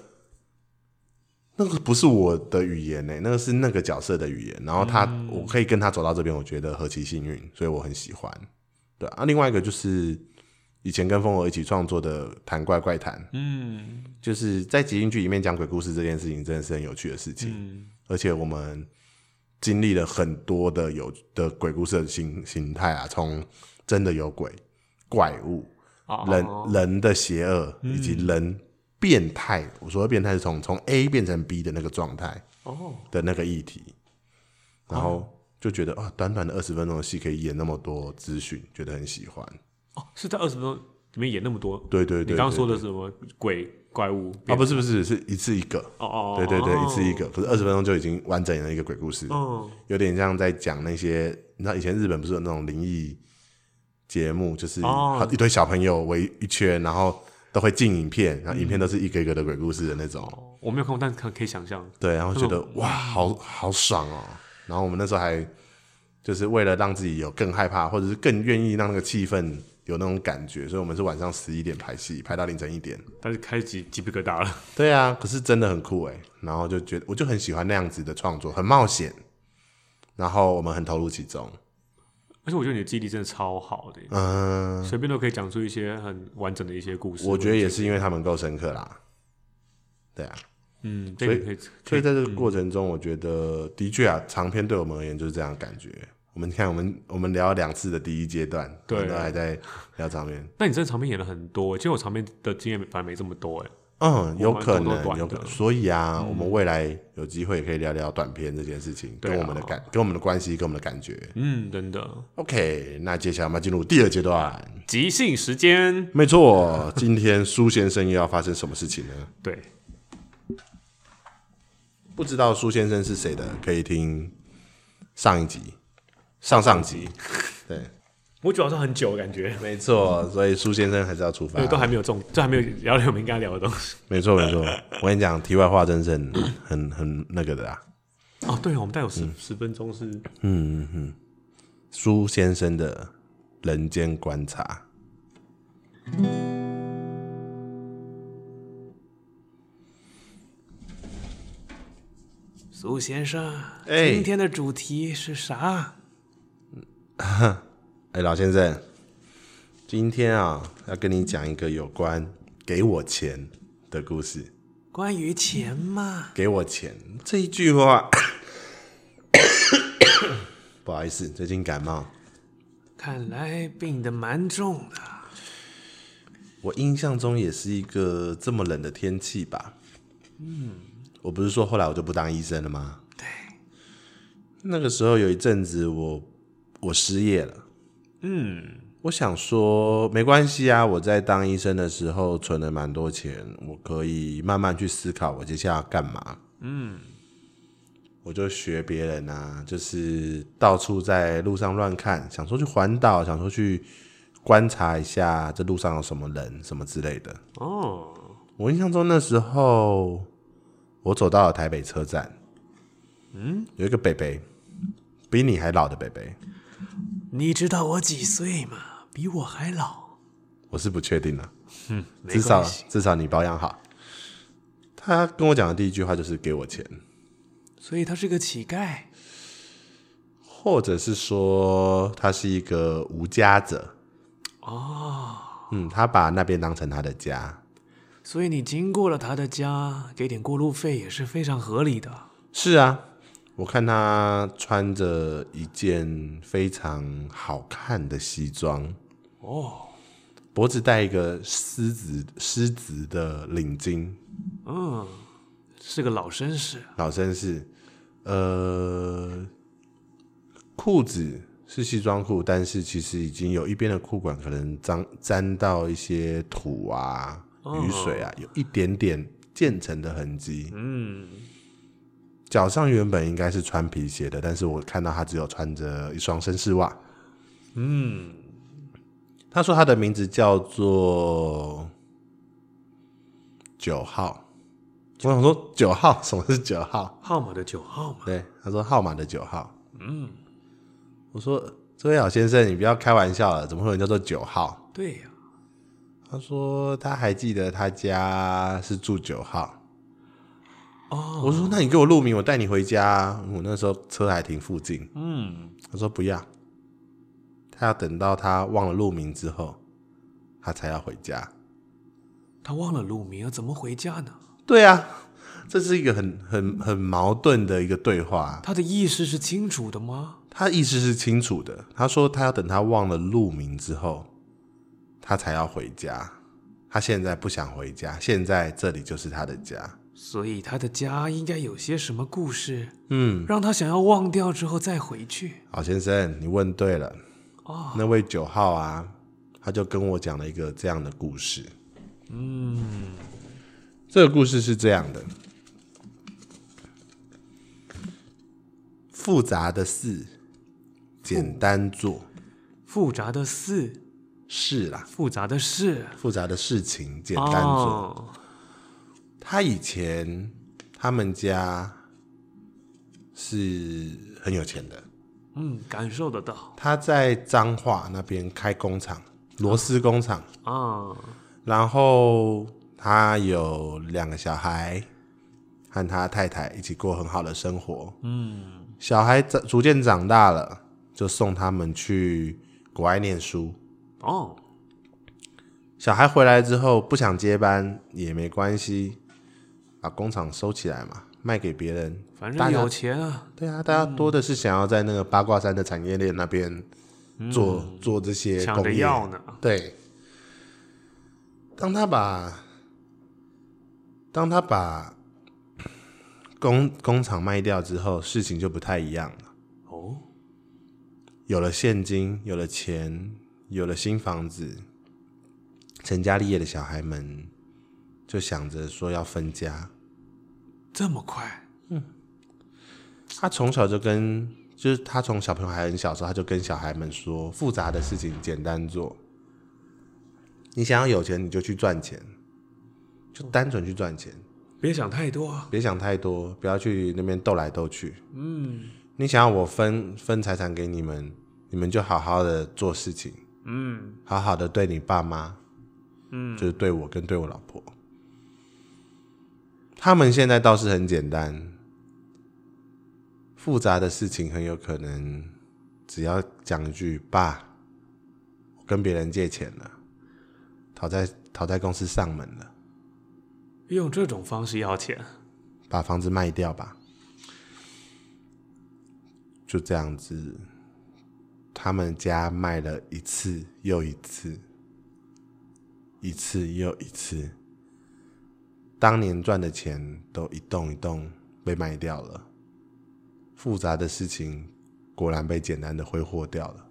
Speaker 1: 那个不是我的语言呢、欸那个是那个角色的语言。然后他，我可以跟他走到这边，我觉得何其幸运，所以我很喜欢。对啊，另外一个就是以前跟风儿一起创作的《谈怪怪谈》，
Speaker 2: 嗯，
Speaker 1: 就是在即兴剧里面讲鬼故事这件事情，真的是很有趣的事情。
Speaker 2: 嗯，
Speaker 1: 而且我们经历了很多的有的鬼故事的形形态啊，从真的有鬼、怪物、
Speaker 2: 哦
Speaker 1: 人、
Speaker 2: 哦嗯
Speaker 1: 人的邪恶，以及人变态。我说的变态是从从 A 变成 B 的那个状态
Speaker 2: 哦，
Speaker 1: 的那个议题，然后就觉得啊，短短的二十分钟的戏可以演那么多资讯，觉得很喜欢。
Speaker 2: 哦，是在二十分钟里面演那么多？
Speaker 1: 对对对
Speaker 2: 你刚刚
Speaker 1: 对
Speaker 2: 说的是什么鬼怪物？
Speaker 1: 啊，不是不是，是一次一个。
Speaker 2: 哦哦，
Speaker 1: 对对对，
Speaker 2: 哦
Speaker 1: 一次一，个，不是二十分钟就已经完整了一个鬼故事，
Speaker 2: 嗯，
Speaker 1: 有点像在讲那些，你知道以前日本不是有那种灵异节目，就是
Speaker 2: 哦
Speaker 1: 好一堆小朋友围一圈，然后都会进影片，然后影片都是一个一个的鬼故事的那种，
Speaker 2: 哦我没有看过，但可可以想象，
Speaker 1: 对，然后觉得哇，好好爽哦。然后我们那时候还就是为了让自己有更害怕，或者是更愿意让那个气氛有那种感觉，所以我们是晚上十一点拍戏，拍到凌晨一点。
Speaker 2: 但是开始鸡鸡皮疙瘩了。
Speaker 1: 对啊，可是真的很酷哎，然后就觉得我就很喜欢那样子的创作，很冒险，然后我们很投入其中，
Speaker 2: 而且我觉得你的记忆力真的超好的，
Speaker 1: 嗯，
Speaker 2: 随便都可以讲出一些很完整的一些故事。
Speaker 1: 我觉得也是因为他们够深刻啦，对啊，
Speaker 2: 嗯，这个可以，
Speaker 1: 所以在这
Speaker 2: 嗯
Speaker 1: 个过程中，我觉得的确啊，长篇对我们而言就是这样的感觉。我们看，我们我们聊了两次的第一阶段，
Speaker 2: 对
Speaker 1: 我们都还在聊长篇，
Speaker 2: 那你真的长篇演了很多，其实我长篇的经验反而没这么多哎。
Speaker 1: 嗯，有
Speaker 2: 我们
Speaker 1: 可
Speaker 2: 都
Speaker 1: 能，
Speaker 2: 短
Speaker 1: 有
Speaker 2: 的嗯
Speaker 1: 可能。所以啊，我们未来有机会可以聊聊短篇这件事情，
Speaker 2: 对啊
Speaker 1: 跟我们的感，跟我们的关系，跟我们的感觉。
Speaker 2: 嗯，真的，
Speaker 1: OK，那接下来我们要进入第二阶段。
Speaker 2: 即兴时间，
Speaker 1: 没 错，今天苏先生又要发生什么事情呢？
Speaker 2: 对，
Speaker 1: 不知道苏先生是谁的，可以听上一集、上上集。对，
Speaker 2: 我主要是很久的感觉，
Speaker 1: 没错，所以苏先生还是要出发
Speaker 2: 因为。都还没有中，这还没有聊聊我们应该聊的东西。
Speaker 1: 没错，没错。我跟你讲，题外话真是很、很、很那个的啊。
Speaker 2: 哦，对，我们大概有
Speaker 1: 嗯
Speaker 2: 十十分钟是
Speaker 1: 苏先生的人间观察。
Speaker 2: 苏先生，
Speaker 1: 哎今
Speaker 2: 天的主题是啥？
Speaker 1: 哎，老先生，今天啊，要跟你讲一个有关给我钱的故事。
Speaker 2: 关于钱嘛，
Speaker 1: 给我钱这一句话， 不好意思，最近感冒。
Speaker 2: 看来病得蛮重的。
Speaker 1: 我印象中也是一个这么冷的天气吧。嗯，我不是说后来我就不当医生了吗？对。那个时候有一阵子我我失业了。嗯，我想说没关系啊，我在当医生的时候存了蛮多钱，我可以慢慢去思考我接下来要干嘛。嗯。我就学别人啊，就是到处在路上乱看，想说去环岛，想说去观察一下这路上有什么人什么之类的。
Speaker 2: 哦，
Speaker 1: 我印象中那时候我走到了台北车站，嗯，有一个北北，比你还老的北北，
Speaker 2: 你知道我几岁吗？比我还老。
Speaker 1: 我是不确定了，
Speaker 2: 嗯，没
Speaker 1: 至少
Speaker 2: 关系。
Speaker 1: 至少你保养好。他跟我讲的第一句话就是给我钱，
Speaker 2: 所以他是个乞丐。
Speaker 1: 或者是说他是一个无家者。哦，嗯，他把那边当成他的家。
Speaker 2: 所以你经过了他的家，给点过路费也是非常合理的。
Speaker 1: 是啊，我看他穿着一件非常好看的西装，
Speaker 2: 哦，
Speaker 1: 脖子戴一个狮子狮子的领巾，
Speaker 2: 嗯，是个老绅士。
Speaker 1: 老绅士，呃，裤子是西装裤，但是其实已经有一边的裤管可能脏沾到一些土啊、雨水啊，有一点点渐层的痕迹。
Speaker 2: 嗯，
Speaker 1: 脚上原本应该是穿皮鞋的，但是我看到他只有穿着一双绅士袜。嗯，他说他的名字叫做九号。我想说九号，什么是九号？
Speaker 2: 号码的九号嘛。
Speaker 1: 对，他说号码的九号。嗯，我说这位老先生，你不要开玩笑了，怎么会有人叫做九号？
Speaker 2: 对呀、
Speaker 1: 他说他还记得他家是住九号。
Speaker 2: 哦，
Speaker 1: 我说那你给我路名，我带你回家啊。我那时候车还停附近。
Speaker 2: 嗯，
Speaker 1: 他说不要，他要等到他忘了路名之后，他才要回家。
Speaker 2: 他忘了路名，要怎么回家呢？
Speaker 1: 对啊，这是一个很很很矛盾的一个对话。啊
Speaker 2: 他的意识是清楚的吗？
Speaker 1: 他意思是清楚的，他说他要等他忘了路名之后，他才要回家。他现在不想回家，现在这里就是他的家。
Speaker 2: 所以他的家应该有些什么故事，
Speaker 1: 嗯，
Speaker 2: 让他想要忘掉之后再回去。
Speaker 1: 好哦先生，你问对了。
Speaker 2: 哦，
Speaker 1: 那位九号啊，他就跟我讲了一个这样的故事。嗯，
Speaker 2: 嗯
Speaker 1: 这个故事是这样的：复杂的事，简单
Speaker 2: 哦
Speaker 1: 做
Speaker 2: 复杂的事，
Speaker 1: 事啦，
Speaker 2: 复杂的事，
Speaker 1: 复杂的事情简
Speaker 2: 简
Speaker 1: 单做。
Speaker 2: 哦、
Speaker 1: 他以前他们家是很有钱的，
Speaker 2: 嗯，感受得到
Speaker 1: 他在彰化那边开工厂，螺丝工厂，
Speaker 2: 啊。
Speaker 1: 然后他有两个小孩，和他太太一起过很好的生活。嗯，小孩长逐渐长大了，就送他们去国外念书。
Speaker 2: 哦，
Speaker 1: 小孩回来之后不想接班也没关系，把工厂收起来嘛，卖给别人，
Speaker 2: 反
Speaker 1: 大
Speaker 2: 正
Speaker 1: 家
Speaker 2: 有钱啊，
Speaker 1: 对啊，大家多的是想要在那个八卦山的产业链那边做、做这些
Speaker 2: 嗯抢
Speaker 1: 工
Speaker 2: 着
Speaker 1: 业。
Speaker 2: 要呢。
Speaker 1: 对，当他把当他把工工厂卖掉之后，事情就不太一样了。
Speaker 2: 哦，
Speaker 1: 有了现金，有了钱，有了新房子，成家立业的小孩们就想着说要分家。
Speaker 2: 这么快？
Speaker 1: 他从小就跟，就是他从小朋友还很小的时候，他就跟小孩们说，复杂的事情简单做。你想要有钱，你就去赚钱，就单纯去赚钱，
Speaker 2: 别想太多啊。
Speaker 1: 别想太多，不要去那边斗来斗去。
Speaker 2: 嗯
Speaker 1: 你想要我分分财产给你们，你们就好好的做事情，
Speaker 2: 嗯
Speaker 1: 好好的对你爸妈，
Speaker 2: 嗯，
Speaker 1: 就是对我跟对我老婆。他们现在倒是很简单，复杂的事情很有可能只要讲一句“爸，我跟别人借钱了，讨债讨债公司上门了，
Speaker 2: 用这种方式要钱，
Speaker 1: 把房子卖掉吧”，就这样子。他们家卖了一次又一次，一次又一次，当年赚的钱都一栋一栋被卖掉了，复杂的事情果然被简单的挥霍掉了。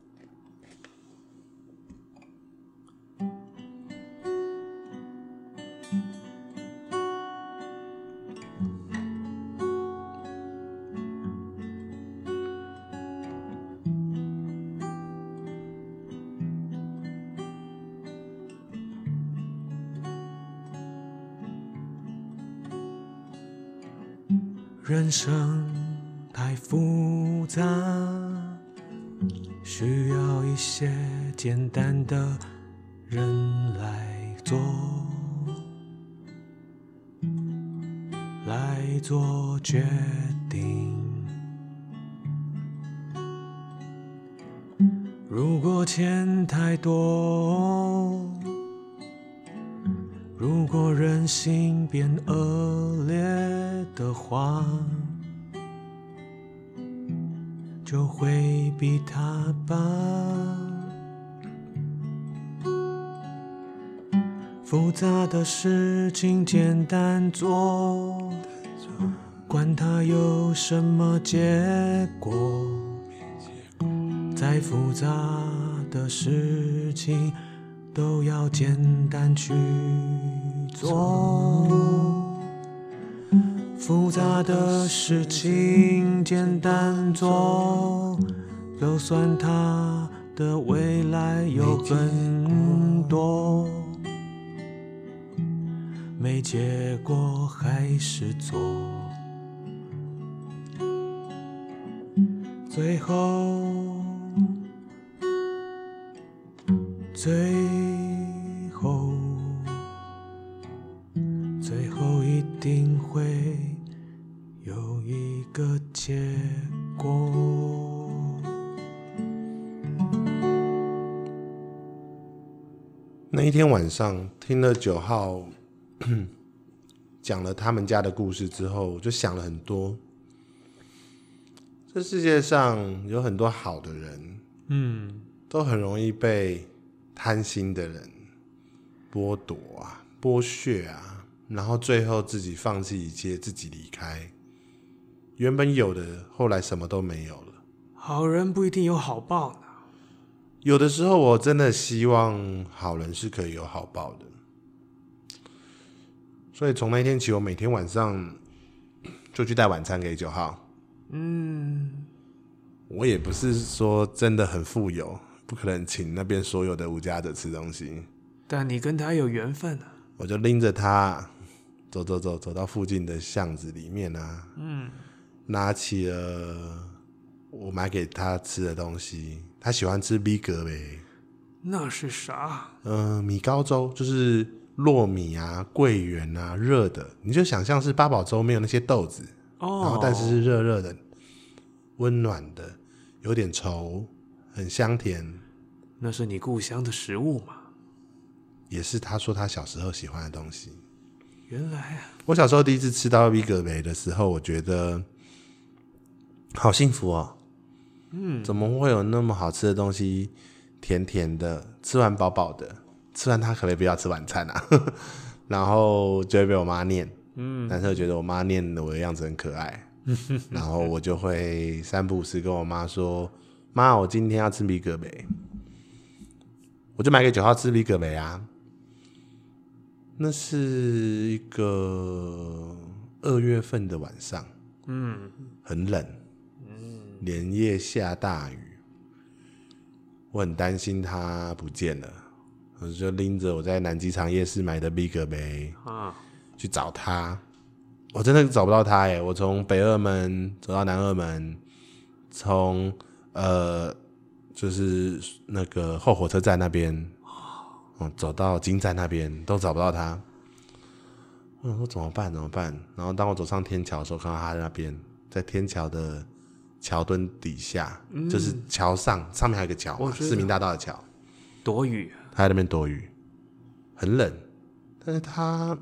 Speaker 2: 人生太复杂，需要一些简单的人来做，来做决定。如果钱太多，如果人性变恶劣的话，就回避它吧。复杂的事情简单做，管它有什么结果。再复杂的事情都要简单去做。复杂的事情简单做，就算它的未来有很多，没结果还是做，最后，最后。最后一定会有一个结果。
Speaker 1: 那一天晚上听了九号 讲了他们家的故事之后，我就想了很多。这世界上有很多好的人，
Speaker 2: 嗯，
Speaker 1: 都很容易被贪心的人剥夺啊、剥削啊，然后最后自己放弃一切，自己离开。原本有的，后来什么都没有了。
Speaker 2: 好人不一定有好报呢。
Speaker 1: 有的时候，我真的希望好人是可以有好报的。所以从那天起，我每天晚上就去带晚餐给九号。
Speaker 2: 嗯，
Speaker 1: 我也不是说真的很富有，不可能请那边所有的无家者吃东西。
Speaker 2: 但你跟他有缘分啊。
Speaker 1: 我就拎着它走走走，走到附近的巷子里面啊，
Speaker 2: 嗯，
Speaker 1: 拿起了我买给它吃的东西。它喜欢吃米格呗，
Speaker 2: 那是啥？
Speaker 1: 嗯、米糕粥就是糯米啊、桂圆啊，热的，你就想象是八宝粥没有那些豆子，然
Speaker 2: 哦
Speaker 1: 后，但是是热热的、温暖的，有点稠，很香甜。
Speaker 2: 那是你故乡的食物嘛。
Speaker 1: 也是他说他小时候喜欢的东西。
Speaker 2: 原来啊，
Speaker 1: 我小时候第一次吃到 V 格梅的时候，我觉得好幸福哦。嗯，怎么会有那么好吃的东西？甜甜的，吃完饱饱的，吃完它可不可以不要吃晚餐啊？ 然后就会被我妈念。嗯，但是我觉得我妈念我的样子很可爱，然后我就会三不五时跟我妈说：“妈，我今天要吃米格梅。”我就买给九号吃米格梅啊。那是一个二月份的晚上，嗯，很冷，连夜下大雨，我很担心它不见了，我就拎着我在南机场夜市买的 Big 杯
Speaker 2: 啊，
Speaker 1: 去找它，我真的找不到它耶！我从北二门走到南二门，从呃就是那个后火车站那边嗯，走到金站那边都找不到他。我想说怎么办？怎么办？然后当我走上天桥的时候，看到他在那边，在天桥的桥墩底下，就是桥上，上面还有一个桥
Speaker 2: 我
Speaker 1: 嘛，
Speaker 2: 知道
Speaker 1: 市民大道的桥，
Speaker 2: 躲雨。
Speaker 1: 他在那边躲雨，很冷，但是他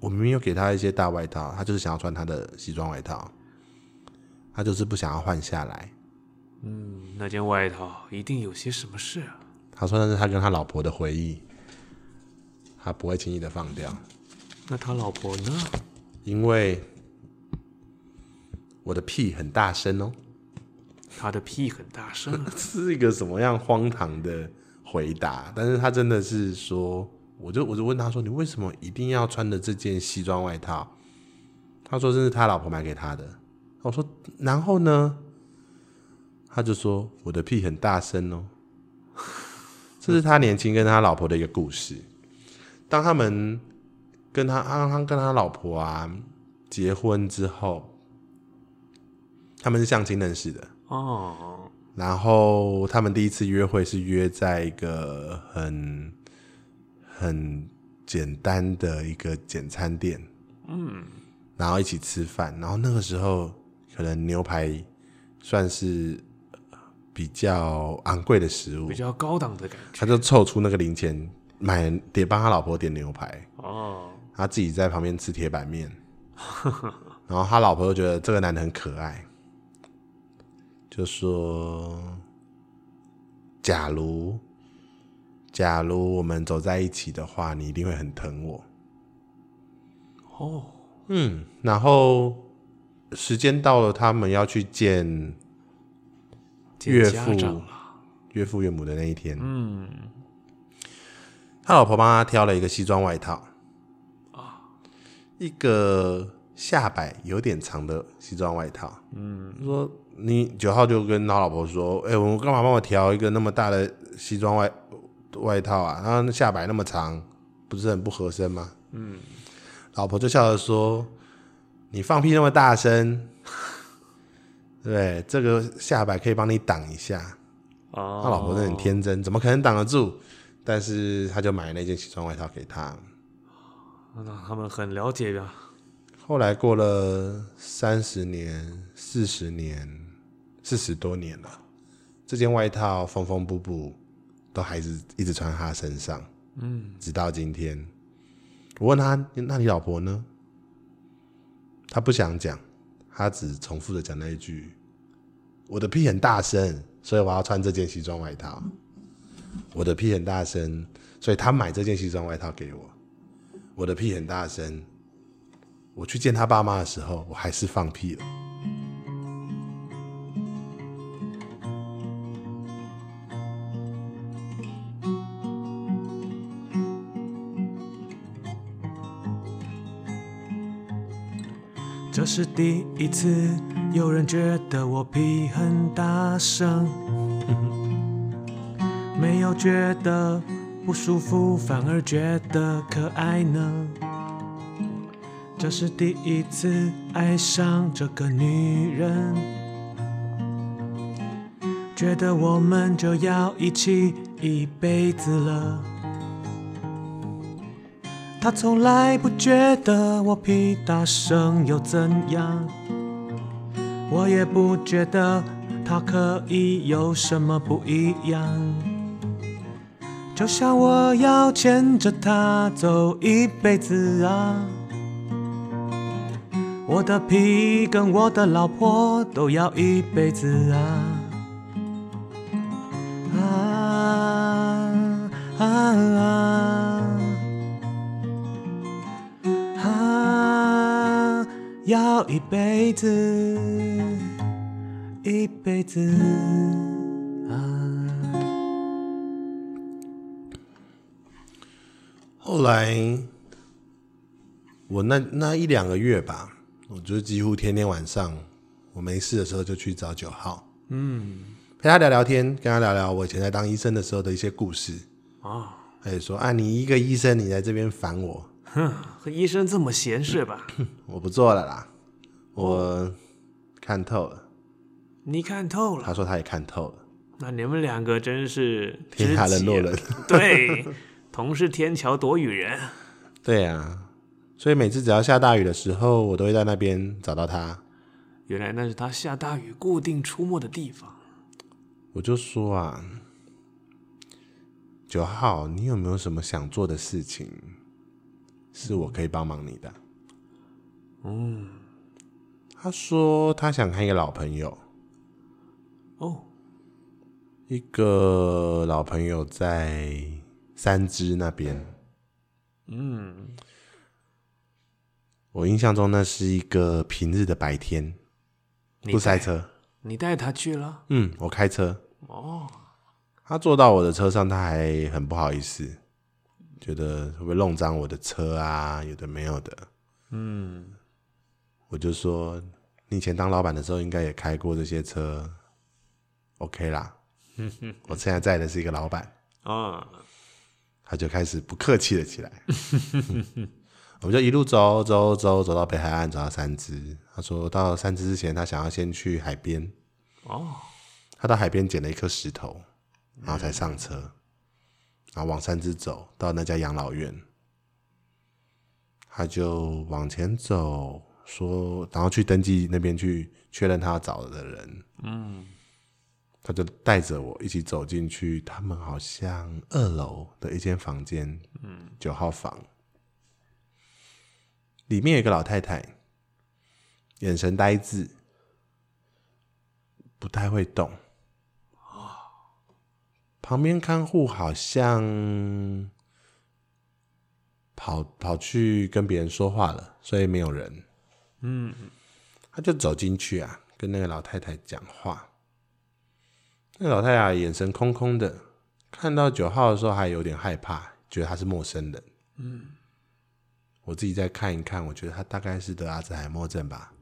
Speaker 1: 我明明有给他一些大外套，他就是想要穿他的西装外套，他就是不想要换下来。
Speaker 2: 嗯，那件外套一定有些什么事啊。
Speaker 1: 他说那是他跟他老婆的回忆，他不会轻易的放掉。
Speaker 2: 那他老婆呢？
Speaker 1: 因为我的屁很大声哦，
Speaker 2: 他的屁很大声 啊。
Speaker 1: 这是一个什么样荒唐的回答？但是他真的是说，我就我就问他说，你为什么一定要穿着这件西装外套？他说这是他老婆买给他的。我说然后呢？他就说我的屁很大声哦。 这是他年轻跟他老婆的一个故事。当他们跟他啊，他跟他老婆啊结婚之后，他们是相亲认识的。
Speaker 2: 哦，
Speaker 1: 然后他们第一次约会是约在一个很很简单的一个简餐店，嗯，然后一起吃饭，然后那个时候可能牛排算是比较昂贵的食物
Speaker 2: 比，较高档的感觉
Speaker 1: 他就凑出那个零钱买点帮他老婆点牛排，
Speaker 2: 哦，
Speaker 1: 他自己在旁边吃铁板面，然后他老婆就觉得这个男的很可爱，就说：“假如，假如我们走在一起的话，你一定会很疼我。”
Speaker 2: 哦，
Speaker 1: 嗯，然后时间到了，他们要去见
Speaker 2: 见
Speaker 1: 岳
Speaker 2: 家
Speaker 1: 父
Speaker 2: 长了，
Speaker 1: 岳父岳母的那一天，
Speaker 2: 嗯，
Speaker 1: 他老婆帮他挑了一个西装外套，啊，
Speaker 2: 啊
Speaker 1: 一个下摆有点长的西装外套。嗯，说你九号就跟他老婆说：“哎、我干嘛帮我挑一个那么大的西装外外套啊？然后那下摆那么长，不是很不合身吗？”嗯，老婆就笑着说：“你放屁那么大声，对，这个下摆可以帮你挡一下。”
Speaker 2: 哦，
Speaker 1: 他老婆真的很天真，怎么可能挡得住？但是他就买了那件西装外套给他。
Speaker 2: 那他们很了解呀，
Speaker 1: 后来过了三十年、四十年、四十多年了，这件外套缝缝补补，都还是一直穿在他身上。嗯，直到今天，我问他：“那你老婆呢？”他不想讲，他只重复的讲那一句：“我的屁很大声，所以我要穿这件西装外套。”我的屁很大声，所以他买这件西装外套给我。我的屁很大声，我去见他爸妈的时候，我还是放屁了。
Speaker 2: 这是第一次有人觉得我屁很大声， 没有觉得不舒服，反而觉得可爱呢。这是第一次爱上这个女人，觉得我们就要一起一辈子了。他从来不觉得我屁大声又怎样，我也不觉得他可以有什么不一样。就像我要牵着他走一辈子啊，我的屁跟我的老婆都要一辈子啊。啊啊啊啊，要一辈子，一辈子啊！
Speaker 1: 后来，我那那一两个月吧，我就几乎天天晚上，我没事的时候就去找九号，嗯，陪他聊聊天，跟他聊聊我以前在当医生的时候的一些故事。
Speaker 2: 啊，
Speaker 1: 他也说啊，你一个医生，你来这边烦我，
Speaker 2: 哼，和医生这么闲是吧？
Speaker 1: 我不做了啦，我看透了。
Speaker 2: 你看透了，
Speaker 1: 他说他也看透了，
Speaker 2: 那你们两个真是
Speaker 1: 天
Speaker 2: 知
Speaker 1: 涯
Speaker 2: 己
Speaker 1: 沦落
Speaker 2: 啊
Speaker 1: 人。
Speaker 2: 对，同是天桥躲雨人。
Speaker 1: 对啊，所以每次只要下大雨的时候，我都会在那边找到他。
Speaker 2: 原来那是他下大雨固定出没的地方。
Speaker 1: 我就说啊，九号，你有没有什么想做的事情，是我可以帮忙你的？嗯，他说他想看一个老朋友，
Speaker 2: 哦，
Speaker 1: 一个老朋友在三芝那边。
Speaker 2: 嗯，
Speaker 1: 我印象中那是一个平日的白天，
Speaker 2: 你
Speaker 1: 不塞
Speaker 2: 带
Speaker 1: 车。
Speaker 2: 你带他去了？
Speaker 1: 嗯，我开车，
Speaker 2: 哦，
Speaker 1: 他坐到我的车上，他还很不好意思，觉得会不会弄脏我的车啊？有的没有的。嗯，我就说，你以前当老板的时候应该也开过这些车，OK 啦。我现在在的是一个老板，
Speaker 2: 啊，
Speaker 1: 他就开始不客气了起来。 我们就一路走走走走到北海岸，走到三芝。他说到三芝之前，他想要先去海边。
Speaker 2: 哦，
Speaker 1: 他到海边捡了一颗石头，然后才上车，然后往山子走到那家养老院。他就往前走，说，然后去登记那边去确认他要找的人。嗯，他就带着我一起走进去，他们好像二楼的一间房间，嗯，九号房，里面有一个老太太，眼神呆滞，不太会动。旁边看护好像跑跑去跟别人说话了，所以没有人。嗯，他就走进去啊，跟那个老太太讲话。那老太太眼神空空的，看到九号的时候还有点害怕，觉得他是陌生人。嗯，我自己再看一看，我觉得他大概是得阿兹海默症吧。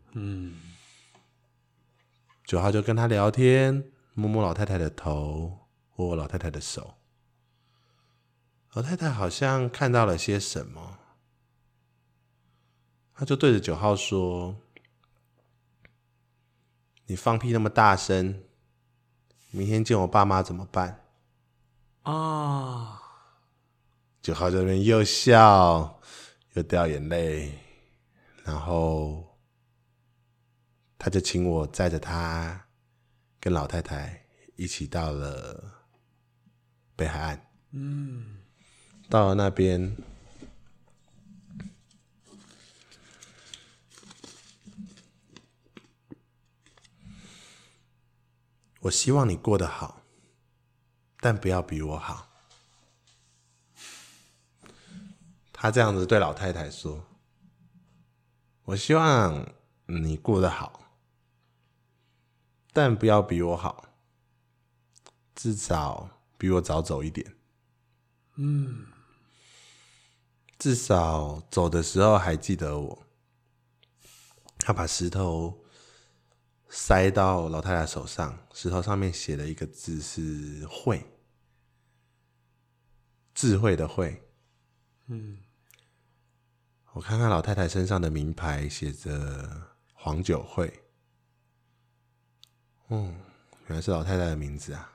Speaker 1: 九号就跟他聊天，摸摸老太太的头，握握老太太的手。老太太好像看到了些什么，她就对着九号说：“你放屁那么大声，明天见我爸妈怎么办
Speaker 2: 啊，？”
Speaker 1: 九号这边又笑又掉眼泪，然后他就请我载着他跟老太太一起到了北海岸。嗯，到了那边，我希望你过得好，但不要比我好。他这样子对老太太说：“我希望你过得好，但不要比我好，至少比我早走一点。嗯，至少走的时候还记得我。”他把石头塞到老太太手上，石头上面写了一个字是“慧”，智慧的“慧”。我看看老太太身上的名牌，写着黄酒会。嗯，原来是老太太的名字啊。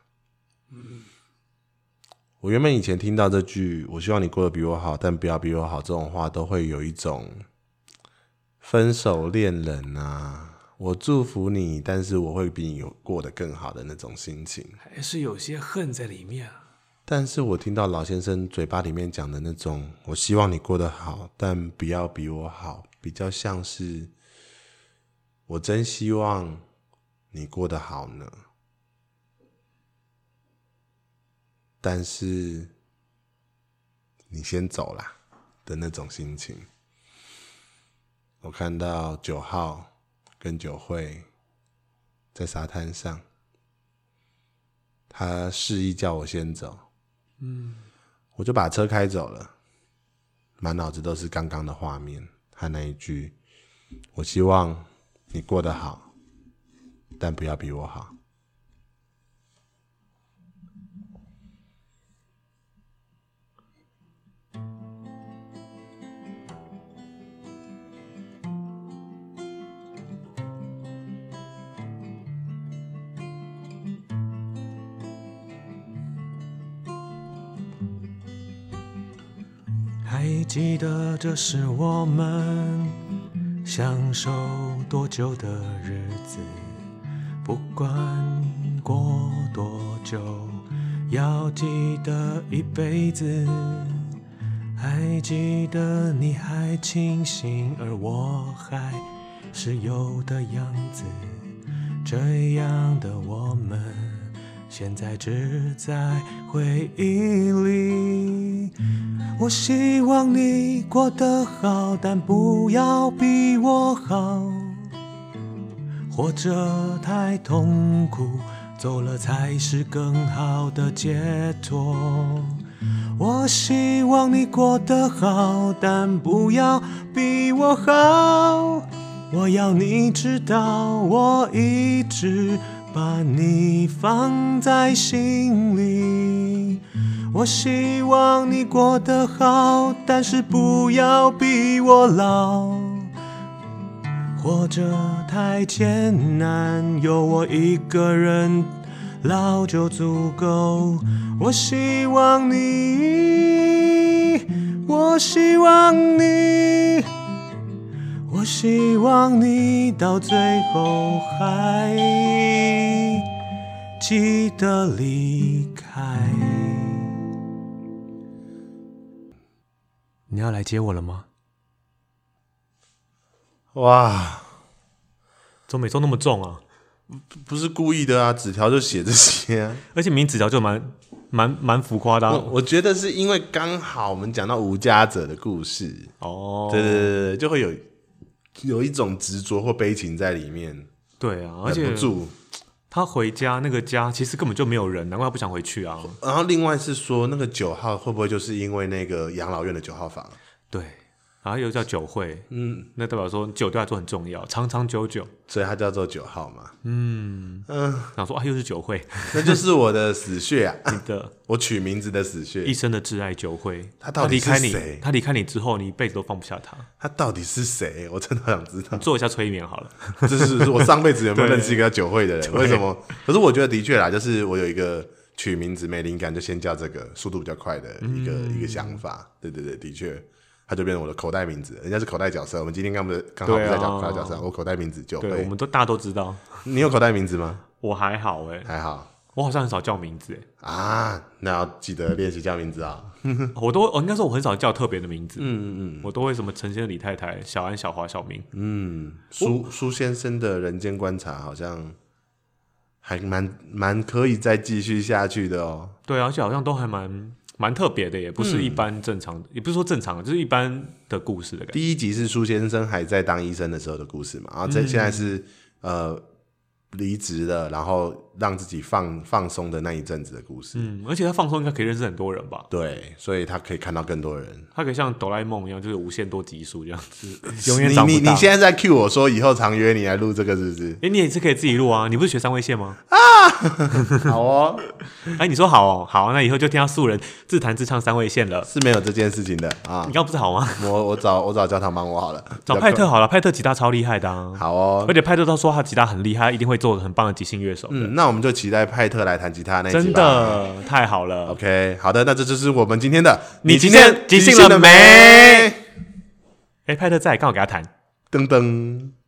Speaker 1: 我原本以前听到这句“我希望你过得比我好，但不要比我好”这种话，都会有一种分手恋人啊，我祝福你，但是我会比你有过得更好的那种心情。
Speaker 2: 还是有些恨在里面啊。
Speaker 1: 但是我听到老先生嘴巴里面讲的那种“我希望你过得好，但不要比我好”，比较像是“我真希望你过得好呢”，但是你先走啦的那种心情。我看到九号跟九惠在沙滩上，他示意叫我先走，我就把车开走了，满脑子都是刚刚的画面和那一句：“我希望你过得好，但不要比我好。”
Speaker 2: 还记得这是我们相守多久的日子，不管过多久，要记得一辈子。还记得你还清醒，而我还是有的样子。这样的我们，现在只在回忆里。我希望你过得好，但不要比我好。活着太痛苦，走了才是更好的解脱。我希望你过得好，但不要比我好。我要你知道，我一直把你放在心里。我希望你过得好，但是不要比我老。活着太艰难，有我一个人
Speaker 3: 老就足够。我希望你，我希望你，我希望你到最后还记得离开。你要来接我了吗？
Speaker 1: 哇，
Speaker 2: 怎么每周那么重啊？
Speaker 1: 不是故意的啊，纸条就写这些、啊。
Speaker 2: 而且名字条就蛮蛮蛮浮夸的 啊、
Speaker 1: 我我觉得是因为刚好我们讲到无家者的故事，
Speaker 2: 哦，
Speaker 1: 对对对对，就会有有一种执着或悲情在里面，
Speaker 2: 对啊，而
Speaker 1: 忍
Speaker 2: 且
Speaker 1: 不住。
Speaker 2: 他回家那个家其实根本就没有人，难怪他不想回去啊。
Speaker 1: 然后另外是说，那个九号会不会就是因为那个养老院的九号房？
Speaker 2: 对，然后又叫酒会，嗯，那代表说酒对他来说很重要，长长久久。
Speaker 1: 所以它叫做九号嘛，
Speaker 2: 想说啊，又是酒会，
Speaker 1: 那就是我的死穴啊！
Speaker 2: 你的
Speaker 1: 我取名字的死穴
Speaker 2: 一，生的挚爱酒会。
Speaker 1: 他到底
Speaker 2: 离
Speaker 1: 是
Speaker 2: 开你
Speaker 1: 谁，
Speaker 2: 他离开你之后，你一辈子都放不下他。。
Speaker 1: 他到底是谁？我真的好想知道
Speaker 2: 做一下催眠好了，
Speaker 1: 这是我上辈子有没有
Speaker 2: 对
Speaker 1: 认识一个叫酒会的 人？为什么？可是我觉得的确啦，就是我有一个取名字没灵感，就先叫这个速度比较快的
Speaker 2: 嗯
Speaker 1: 一个、一个想法。对对对，的确，它就变成我的口袋名字。人家是口袋角色，我们今天刚不是刚好不
Speaker 2: 对啊
Speaker 1: 是在讲口袋角色，我口袋名字酒
Speaker 2: 对，我
Speaker 1: 会。
Speaker 2: 们都大家都知道。
Speaker 1: 你有口袋名字吗？
Speaker 2: 我还好哎、
Speaker 1: 还好
Speaker 2: 我好像很少叫名字哎、
Speaker 1: 啊，那要记得练习叫名字啊。
Speaker 2: 我都哦，应该说我很少叫特别的名字，
Speaker 1: 嗯嗯
Speaker 2: 我都会什么陈先生、李太太、小安、小华、小明。
Speaker 1: 嗯，苏苏先生的人间观察好像还蛮蛮可以再继续下去的哦。
Speaker 2: 对啊，而且好像都还蛮蛮特别的，也不
Speaker 1: 嗯
Speaker 2: 是一般正常，也不是说正常，就是一般的故事的感觉。
Speaker 1: 第一集是苏先生还在当医生的时候的故事嘛，然后
Speaker 2: 嗯
Speaker 1: 这现在是、呃离职了，然后让自己放放松的那一阵子的故事。
Speaker 2: 嗯，而且他放松应该可以认识很多人吧？
Speaker 1: 对，所以他可以看到更多人。
Speaker 2: 他可以像哆啦 A 梦一样，就是无限多集数这样 子，永远
Speaker 1: 你
Speaker 2: 长不
Speaker 1: 你
Speaker 2: 大。？
Speaker 1: 你现在在 cue 我说以后常约你来录这个是不是
Speaker 2: 哎、你也是可以自己录啊，你不是学三位线吗？
Speaker 1: 好哦，
Speaker 2: 哎、你说好哦，好，那以后就听到素人自弹自唱三位线了。
Speaker 1: 是没有这件事情的啊
Speaker 2: 你。刚不是好吗？
Speaker 1: 我我找我找教堂帮我好了，
Speaker 2: 找派特好了，派特吉他超厉害的啊，
Speaker 1: 好哦
Speaker 2: 而。且派特都说他吉他很厉害，他一定会做很棒的即兴乐手的，
Speaker 1: 嗯，那我们就期待派特来弹吉他那一集吧
Speaker 2: 真的太好了。
Speaker 1: OK，好的，那这就是我们今天的。
Speaker 2: 你今天即兴了没？哎、派特在，刚好给他弹。
Speaker 1: 噔噔。